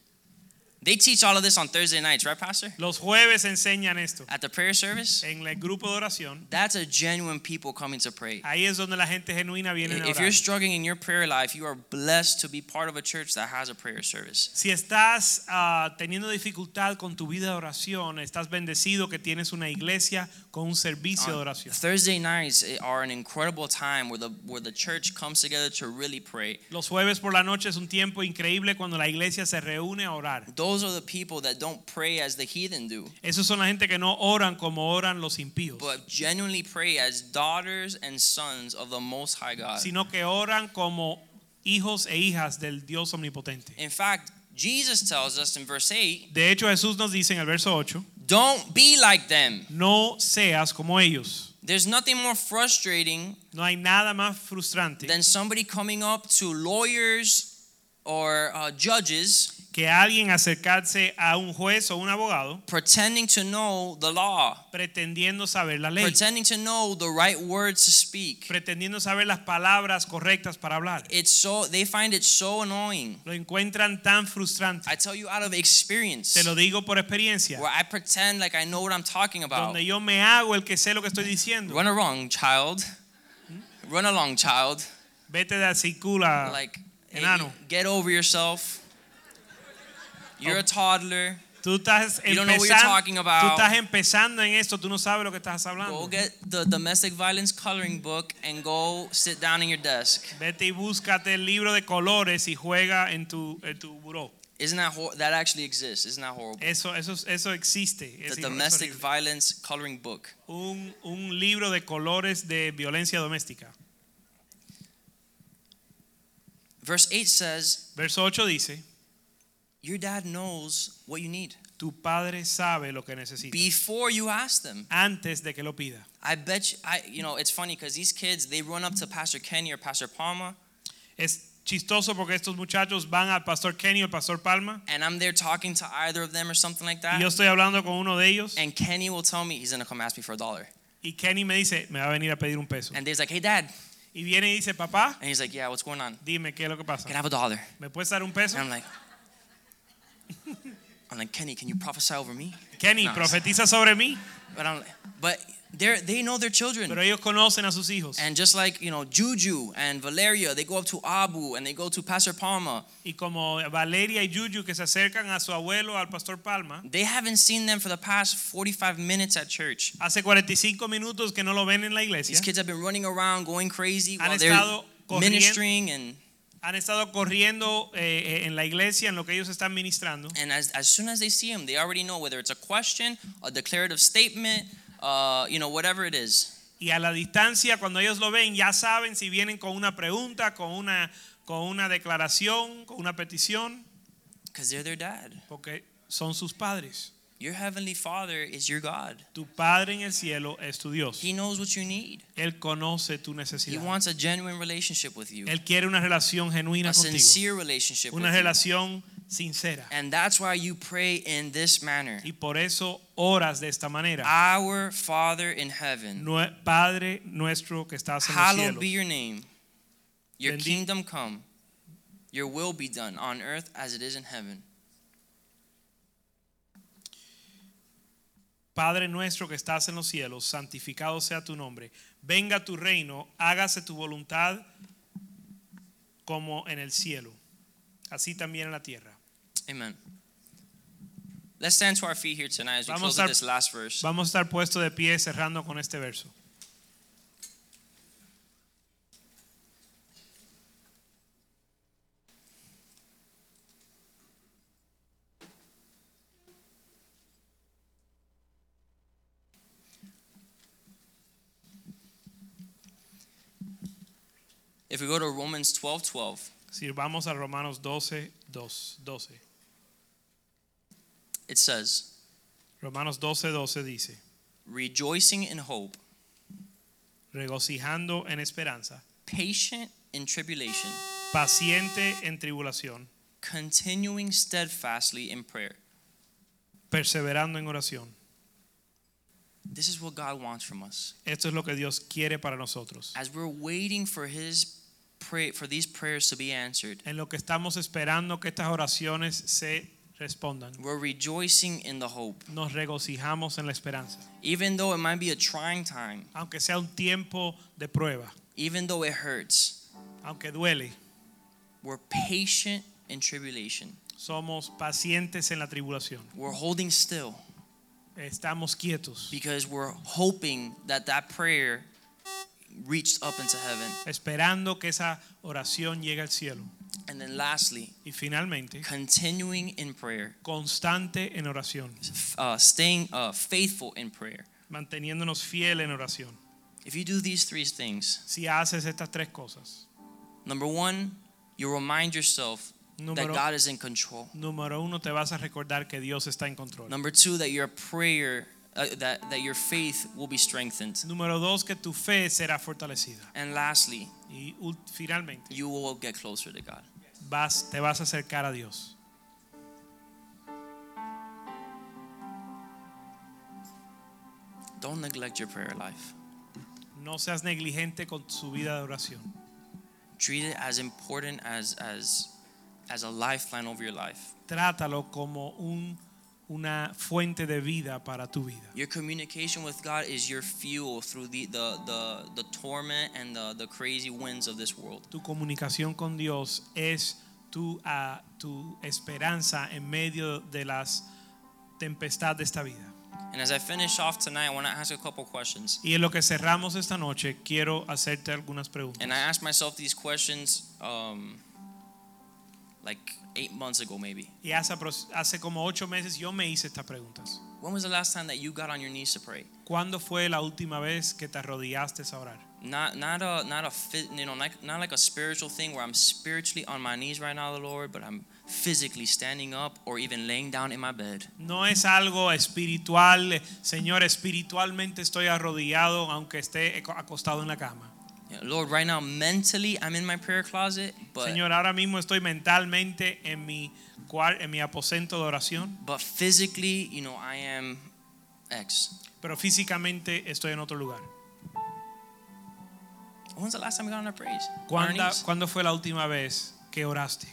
Speaker 1: They teach all of this on Thursday nights, right, Pastor?
Speaker 2: Los jueves enseñan esto.
Speaker 1: At the prayer service.
Speaker 2: En el grupo de oración,
Speaker 1: That's a genuine people coming to pray.
Speaker 2: ahí es donde la gente genuina viene a
Speaker 1: If
Speaker 2: orar.
Speaker 1: you're struggling in your prayer life, you are blessed to be part of a church that has a prayer service.
Speaker 2: Si estás ah, teniendo dificultad con tu vida de oración, estás bendecido que tienes una iglesia con un servicio de
Speaker 1: On
Speaker 2: oración.
Speaker 1: Thursday nights are an incredible time where the where the church comes together to really pray.
Speaker 2: Los jueves por la noche es un tiempo increíble cuando la iglesia se reúne a orar.
Speaker 1: Those are the people that don't pray as the heathen do,
Speaker 2: Esos son la gente que no oran como oran los impíos,
Speaker 1: but genuinely pray as daughters and sons of the Most High God.
Speaker 2: sino que oran como hijos e hijas del Dios omnipotente.
Speaker 1: In fact, Jesus tells us in verse 8,
Speaker 2: De hecho, Jesús nos dice en el verso 8,
Speaker 1: don't be like them.
Speaker 2: no seas como ellos.
Speaker 1: There's nothing more frustrating
Speaker 2: No hay nada más frustrante
Speaker 1: than somebody coming up to lawyers or uh, judges
Speaker 2: que alguien acercarse a un juez o un abogado
Speaker 1: pretending to know the law,
Speaker 2: pretendiendo saber la ley,
Speaker 1: pretending to know the right words to speak.
Speaker 2: pretendiendo saber las palabras correctas para hablar.
Speaker 1: It's so they find it so annoying.
Speaker 2: Lo encuentran tan frustrante.
Speaker 1: I tell you out of experience.
Speaker 2: Te lo digo por experiencia,
Speaker 1: where I pretend like I know what I'm talking about.
Speaker 2: donde yo me hago el que sé lo que estoy diciendo.
Speaker 1: Run along, child. Run along, child.
Speaker 2: Vete de acicula.
Speaker 1: Like, hey,
Speaker 2: enano.
Speaker 1: get over yourself. You're a toddler.
Speaker 2: Tú estás,
Speaker 1: You don't know what you're
Speaker 2: empezando,
Speaker 1: talking about.
Speaker 2: tú estás empezando en esto, tú no sabes lo que estás hablando.
Speaker 1: Go get the domestic violence coloring book and go sit down in your desk.
Speaker 2: Vete y búscate el libro de colores y juega en tu, en tu buró.
Speaker 1: Isn't that hor- that actually exists? Isn't that horrible?
Speaker 2: Eso, eso, eso existe. Es
Speaker 1: The
Speaker 2: horrible.
Speaker 1: domestic violence coloring book.
Speaker 2: un, un libro de colores de violencia doméstica.
Speaker 1: Verse 8 says,
Speaker 2: Verso 8 dice,
Speaker 1: Your dad knows what you need
Speaker 2: tu padre sabe lo que necesita
Speaker 1: before you ask them.
Speaker 2: antes de que lo pida.
Speaker 1: I bet you, I, you know, it's funny because these kids, they run up to Pastor Kenny or Pastor Palma,
Speaker 2: Es chistoso porque estos muchachos van al pastor Kenny o al pastor Palma
Speaker 1: and I'm there talking to either of them or something like
Speaker 2: y yo
Speaker 1: that.
Speaker 2: estoy hablando con uno de ellos
Speaker 1: And Kenny will tell me he's going to come ask me for a dollar.
Speaker 2: y Kenny me dice, me va a venir a pedir un peso.
Speaker 1: And Dave's like, hey, dad.
Speaker 2: Y viene y dice, papá,
Speaker 1: And he's like, yeah, what's going on?
Speaker 2: dime qué es lo que pasa.
Speaker 1: Can I have a dollar?
Speaker 2: ¿Me puedes dar un peso?
Speaker 1: And I'm like, I'm like, Kenny, can you prophesy over me?
Speaker 2: Kenny,
Speaker 1: No,
Speaker 2: profetiza sobre mí.
Speaker 1: But I'm like, but they're, they know their
Speaker 2: Pero
Speaker 1: children.
Speaker 2: ellos conocen a sus hijos.
Speaker 1: And just like, you know, Juju and Valeria, they go up to Abu and they go to Pastor Palma.
Speaker 2: Y como Valeria y Yuyu que se acercan a su abuelo, al pastor Palma,
Speaker 1: They haven't seen them for the past 45 minutes at church.
Speaker 2: hace 45 minutos que no lo ven en la iglesia.
Speaker 1: These kids have been running around, going crazy
Speaker 2: Han
Speaker 1: while they're
Speaker 2: estado corriendo.
Speaker 1: ministering, and
Speaker 2: Han estado corriendo eh, eh, en la iglesia, en lo que ellos están ministrando.
Speaker 1: and as, as soon as they see him, they already know whether it's a question, a declarative statement, uh, you know, whatever it is.
Speaker 2: Y a la distancia, cuando ellos lo ven, ya saben si vienen con una pregunta, con una, con una declaración, con una petición,
Speaker 1: Because they're their dad.
Speaker 2: porque son sus padres.
Speaker 1: Your heavenly Father is your God.
Speaker 2: Tu Padre en el cielo es tu Dios.
Speaker 1: He knows what you need.
Speaker 2: Él conoce tu
Speaker 1: He
Speaker 2: necesidad.
Speaker 1: wants a genuine relationship with you,
Speaker 2: Él quiere una relación genuina
Speaker 1: a
Speaker 2: contigo.
Speaker 1: sincere relationship with
Speaker 2: una
Speaker 1: you.
Speaker 2: relación sincera.
Speaker 1: And that's why you pray in this manner.
Speaker 2: Y por eso oras de esta manera.
Speaker 1: Our Father in heaven,
Speaker 2: Nue- Padre nuestro que estás en el
Speaker 1: hallowed
Speaker 2: cielo,
Speaker 1: be your name. Your
Speaker 2: Bendi-
Speaker 1: kingdom come. Your will be done on earth as it is in heaven.
Speaker 2: Padre nuestro que estás en los cielos, santificado sea tu nombre. Venga tu reino, hágase tu voluntad como en el cielo, así también en la tierra.
Speaker 1: Amen. Let's stand to our feet here tonight as we
Speaker 2: Vamos
Speaker 1: close
Speaker 2: a-
Speaker 1: with this last verse.
Speaker 2: Vamos a estar puestos de pie cerrando con este verso.
Speaker 1: If we go to Romans 12 12,
Speaker 2: Si vamos a Romanos 12, 2, 12.
Speaker 1: it says,
Speaker 2: Romanos 12, 12 dice,
Speaker 1: Rejoicing in hope,
Speaker 2: regocijando en esperanza,
Speaker 1: patient in tribulation,
Speaker 2: paciente en tribulación,
Speaker 1: continuing steadfastly in prayer.
Speaker 2: perseverando en oración.
Speaker 1: This is what God wants from us.
Speaker 2: Esto es lo que Dios quiere para nosotros.
Speaker 1: As we're waiting for his pray for these prayers to be answered,
Speaker 2: En lo que estamos esperando que estas oraciones se respondan.
Speaker 1: we're rejoicing in the hope.
Speaker 2: Nos regocijamos en la esperanza,
Speaker 1: Even though it might be a trying time,
Speaker 2: aunque sea un tiempo de prueba,
Speaker 1: even though it hurts,
Speaker 2: aunque duele.
Speaker 1: we're patient in tribulation.
Speaker 2: Somos pacientes en la tribulación.
Speaker 1: We're holding still
Speaker 2: Estamos quietos,
Speaker 1: because we're hoping that that prayer reached up into heaven.
Speaker 2: esperando que esa oración llegue al cielo.
Speaker 1: And then lastly,
Speaker 2: Y finalmente,
Speaker 1: continuing in prayer,
Speaker 2: constante en oración,
Speaker 1: f- uh, staying uh, faithful in prayer.
Speaker 2: manteniéndonos fiel en oración.
Speaker 1: If you do these three things,
Speaker 2: Si haces estas tres cosas,
Speaker 1: number one, you remind yourself that
Speaker 2: número,
Speaker 1: God is in control.
Speaker 2: número uno, te vas a recordar que Dios está en control.
Speaker 1: Number two, that your prayer, uh, that, that your faith will be strengthened.
Speaker 2: Número dos, que tu fe será fortalecida.
Speaker 1: And lastly,
Speaker 2: Y ul- finalmente,
Speaker 1: you will get closer to God.
Speaker 2: vas, te vas a acercar a Dios.
Speaker 1: Don't neglect your prayer life.
Speaker 2: No seas negligente con su vida de oración.
Speaker 1: Treat it as important as as as a lifeline over your life.
Speaker 2: Trátalo como un, una fuente de vida para tu vida.
Speaker 1: Your communication with God is your fuel through the the the, the torment and the, the crazy winds of this world.
Speaker 2: Tu comunicación con Dios es tu, ah, tu esperanza en medio de las tempestades de esta vida.
Speaker 1: And as I finish off tonight, I want to ask a couple questions.
Speaker 2: Y en lo que cerramos esta noche, quiero hacerte algunas preguntas.
Speaker 1: And I asked myself these questions um, like eight months ago, maybe.
Speaker 2: Y hace, apro- hace como ocho meses yo me hice estas preguntas.
Speaker 1: When was the last time that you got on your knees to pray?
Speaker 2: ¿Cuándo fue la última vez que te arrodillaste a orar?
Speaker 1: Not not a not a fit, you know not, not like a spiritual thing where I'm spiritually on my knees right now, Lord, but I'm physically standing up or even laying down in my bed.
Speaker 2: No es algo espiritual, eh, Señor, espiritualmente estoy arrodillado aunque esté eco- acostado en la cama.
Speaker 1: You know, Lord, right now mentally I'm in my prayer closet, but
Speaker 2: Señor, ahora mismo estoy mentalmente en mi, cuar- en mi aposento de oración,
Speaker 1: but physically, you know, I am X.
Speaker 2: pero físicamente estoy en otro lugar.
Speaker 1: When's the last time we got on our praise? On our
Speaker 2: ¿Cuándo,
Speaker 1: knees?
Speaker 2: ¿Cuándo fue la última vez que oraste?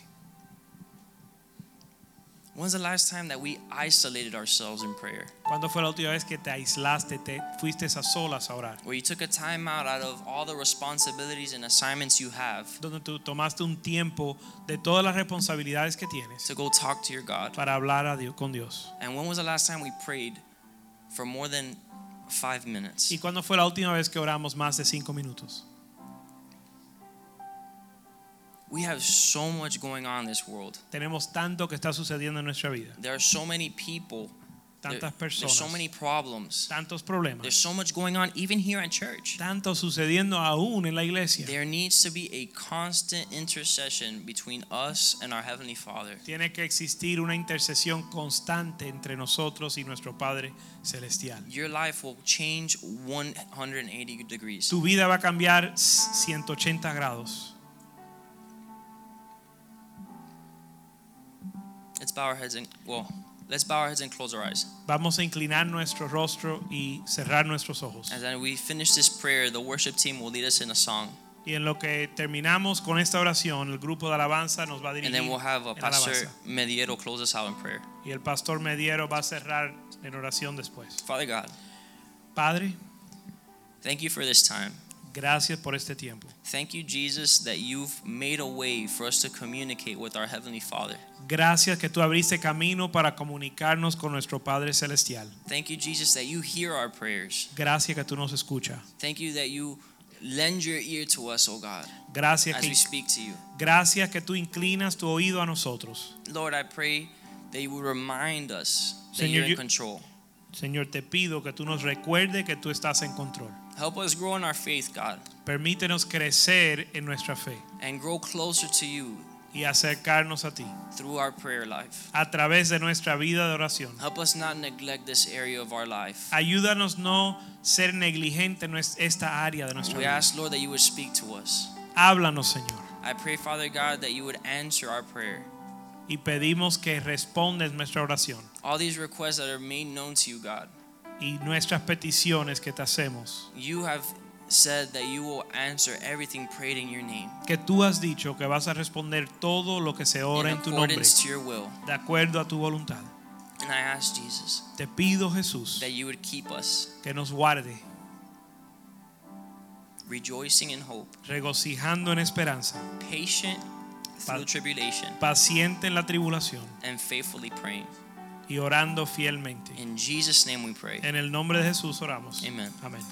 Speaker 1: When's the last time that we isolated ourselves in prayer?
Speaker 2: ¿Cuándo fue la última vez que te aislaste, te fuiste a solas a orar?
Speaker 1: Where you took a time out out of all the responsibilities and assignments you have
Speaker 2: Donde tú tomaste un tiempo de todas las responsabilidades que tienes
Speaker 1: to go talk to your God.
Speaker 2: para hablar a Dios, con Dios.
Speaker 1: And when was the last time we prayed for more than five minutes?
Speaker 2: ¿Y cuándo fue la última vez que oramos más de cinco minutos?
Speaker 1: We have so much going on in this world.
Speaker 2: Tenemos tanto que está sucediendo en nuestra vida,
Speaker 1: There are so many people. There-
Speaker 2: tantas
Speaker 1: There's
Speaker 2: personas,
Speaker 1: so many problems.
Speaker 2: tantos problemas,
Speaker 1: There's so much going on, even here at church.
Speaker 2: tanto sucediendo aún en la iglesia.
Speaker 1: There needs to be a constant intercession between us and our Heavenly Father.
Speaker 2: Tiene que existir una intercesión constante entre nosotros y nuestro Padre Celestial.
Speaker 1: Your life will change 180 degrees.
Speaker 2: Tu vida va a cambiar 180 grados.
Speaker 1: Let's bow our heads and, well, let's bow our heads and close our eyes.
Speaker 2: Vamos a inclinar nuestro rostro y cerrar nuestros ojos.
Speaker 1: As I- we finish this prayer, the worship team will lead us in a song.
Speaker 2: Y en lo que terminamos con esta oración, el grupo de alabanza nos va a dirigir
Speaker 1: And then we'll have uh,
Speaker 2: en
Speaker 1: Pastor
Speaker 2: alabanza.
Speaker 1: Mediero close us out in prayer.
Speaker 2: Y el pastor Mediero va a cerrar en oración después.
Speaker 1: Father God,
Speaker 2: Padre,
Speaker 1: thank you for this time.
Speaker 2: gracias por este tiempo.
Speaker 1: Thank you, Jesus, that you've made a way for us to communicate with our Heavenly Father.
Speaker 2: Gracias que tú abriste camino para comunicarnos con nuestro Padre Celestial.
Speaker 1: Thank you, Jesus, that you hear our prayers.
Speaker 2: Gracias que tú nos escuchas.
Speaker 1: Thank you that you lend your ear to us, oh God,
Speaker 2: Gracias
Speaker 1: as
Speaker 2: que,
Speaker 1: we speak to you.
Speaker 2: gracias que tú inclinas tu oído a nosotros.
Speaker 1: Lord, I pray that you would remind us that
Speaker 2: Señor,
Speaker 1: you're in
Speaker 2: you-
Speaker 1: control.
Speaker 2: Señor, te pido que tú nos recuerde que tú estás en control.
Speaker 1: Help us grow in our faith, God,
Speaker 2: Permítenos crecer en nuestra fe
Speaker 1: and grow closer to you
Speaker 2: y acercarnos a ti
Speaker 1: through our prayer life.
Speaker 2: a través de nuestra vida de oración.
Speaker 1: Help us not neglect this area of our life.
Speaker 2: Ayúdanos no ser negligente en nues- esta área de nuestra
Speaker 1: We
Speaker 2: vida.
Speaker 1: ask, Lord, that you would speak to us.
Speaker 2: Háblanos, Señor.
Speaker 1: I pray, Father God, that you would answer our prayer.
Speaker 2: y pedimos que respondas nuestra oración
Speaker 1: All these requests that are made known to you, God,
Speaker 2: y nuestras peticiones que te hacemos.
Speaker 1: you have said that you will answer everything prayed in your name
Speaker 2: Que tú has dicho que vas a responder todo lo que se ora
Speaker 1: in
Speaker 2: en tu nombre,
Speaker 1: accordance to your will.
Speaker 2: de acuerdo a tu voluntad.
Speaker 1: And I ask Jesus
Speaker 2: Te pido, Jesús,
Speaker 1: that you would keep us
Speaker 2: que nos guarde,
Speaker 1: rejoicing in hope,
Speaker 2: regocijando en esperanza,
Speaker 1: patient through
Speaker 2: Padre.
Speaker 1: tribulation,
Speaker 2: paciente en la tribulación
Speaker 1: and faithfully praying.
Speaker 2: y orando fielmente.
Speaker 1: In Jesus' name we pray.
Speaker 2: En el nombre de Jesús oramos.
Speaker 1: Amen.
Speaker 2: Amén.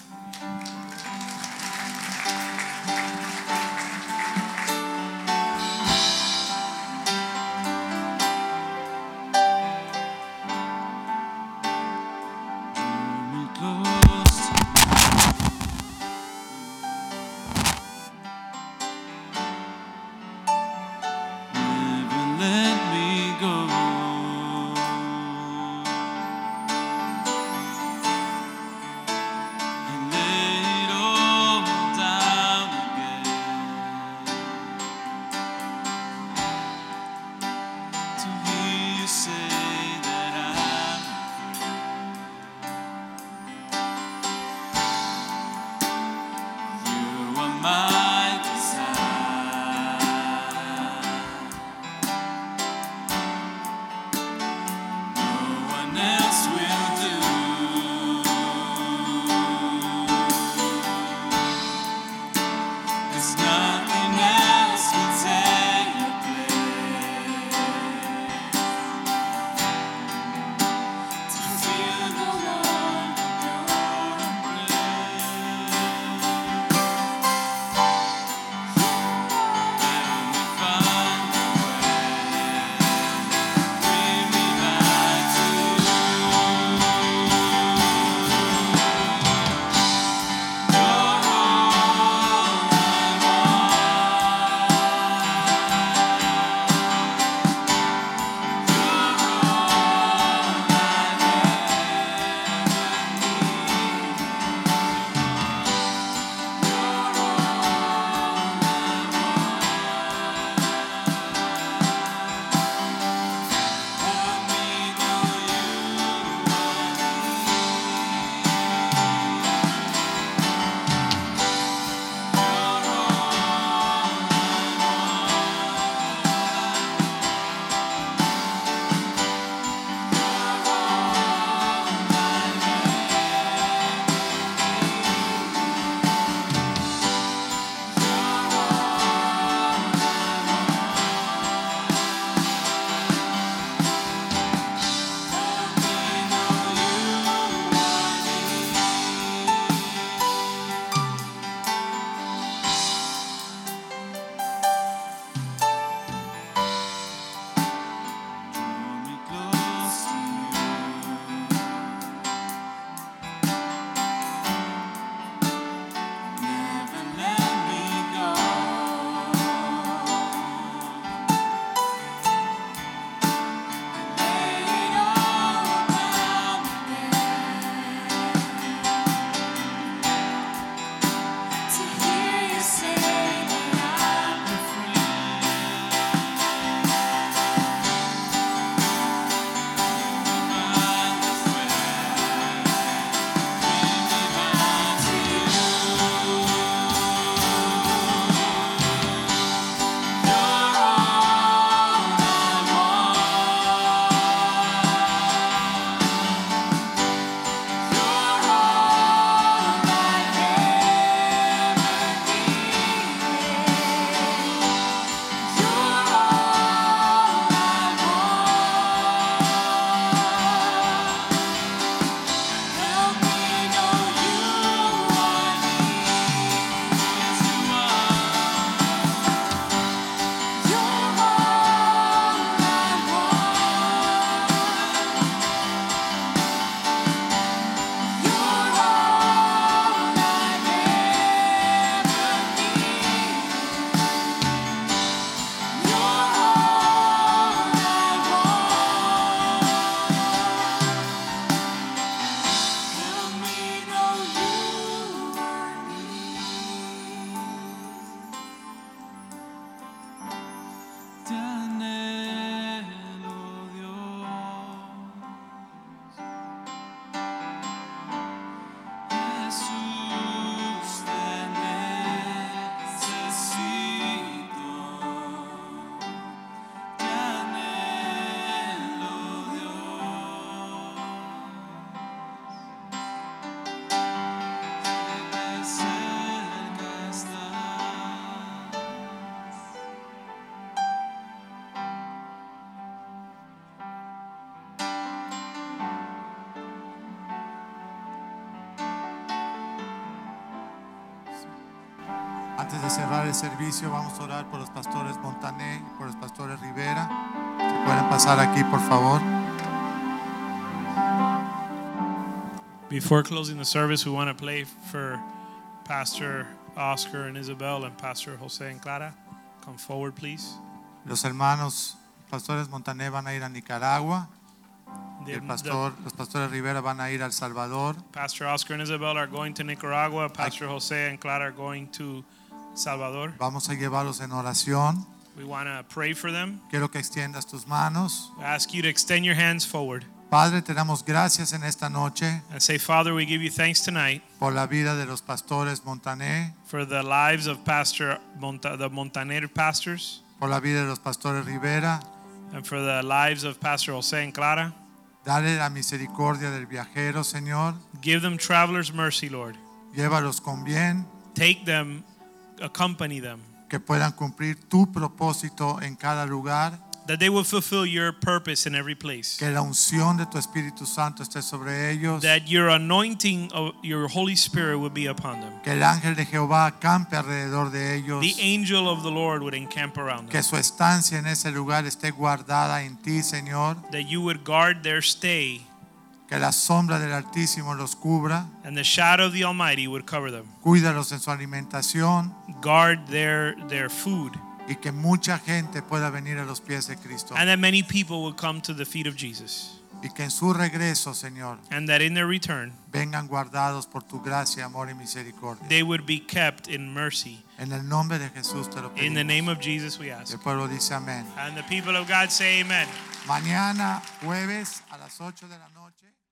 Speaker 3: And Antes de cerrar el servicio, vamos a orar por los pastores Montané y por los pastores Rivera. Si pueden pasar aquí, por favor.
Speaker 2: Before closing the service, we want to play for Pastor Oscar and Isabel and Pastor Jose and Clara. Come forward, please.
Speaker 3: Los hermanos pastores Montané van a ir a Nicaragua. y
Speaker 2: The-
Speaker 3: el pastor, los pastores Rivera van a ir al Salvador.
Speaker 2: the- Pastor Oscar and Isabel are going to Nicaragua. Pastor Jose and Clara are going to Salvador.
Speaker 3: Vamos a llevarlos en oración.
Speaker 2: We want to pray for them.
Speaker 3: Quiero que extiendas tus manos.
Speaker 2: We ask you to extend your hands forward
Speaker 3: Padre, te damos gracias en esta noche
Speaker 2: and say, Father, we give you thanks tonight
Speaker 3: por la vida de los pastores Montané,
Speaker 2: for the lives of Pastor Monta- the Montaner pastors
Speaker 3: por la vida de los pastores Rivera.
Speaker 2: and for the lives of Pastor Jose and Clara.
Speaker 3: Dale la misericordia del viajero, Señor.
Speaker 2: Give them traveler's mercy, Lord.
Speaker 3: Llévalos con bien,
Speaker 2: Take them, accompany them,
Speaker 3: que puedan cumplir tu propósito en cada lugar.
Speaker 2: that they will fulfill your purpose in every place.
Speaker 3: Que la unción de tu Espíritu Santo esté sobre ellos.
Speaker 2: That your anointing of your Holy Spirit would be upon them.
Speaker 3: Que el ángel de Jehová acampe alrededor de ellos.
Speaker 2: The angel of the Lord would encamp around
Speaker 3: Que
Speaker 2: them.
Speaker 3: su estancia en ese lugar esté guardada en ti, Señor.
Speaker 2: That you would guard their stay
Speaker 3: Que la sombra del Altísimo los cubra.
Speaker 2: and the shadow of the Almighty would cover them.
Speaker 3: Cuídalos en su alimentación
Speaker 2: Guard their their food.
Speaker 3: y que mucha gente pueda venir a los pies de Cristo.
Speaker 2: And that many people would come to the feet of Jesus.
Speaker 3: Y que en su regreso, Señor,
Speaker 2: And that in their return,
Speaker 3: vengan guardados por tu gracia, amor y misericordia.
Speaker 2: they would be kept in mercy.
Speaker 3: En el nombre de Jesús te lo
Speaker 2: In the name
Speaker 3: pedimos.
Speaker 2: of Jesus we
Speaker 3: El
Speaker 2: ask.
Speaker 3: pueblo dice amén.
Speaker 2: And the people of God say amen.
Speaker 3: Mañana, jueves, a las 8 de la noche.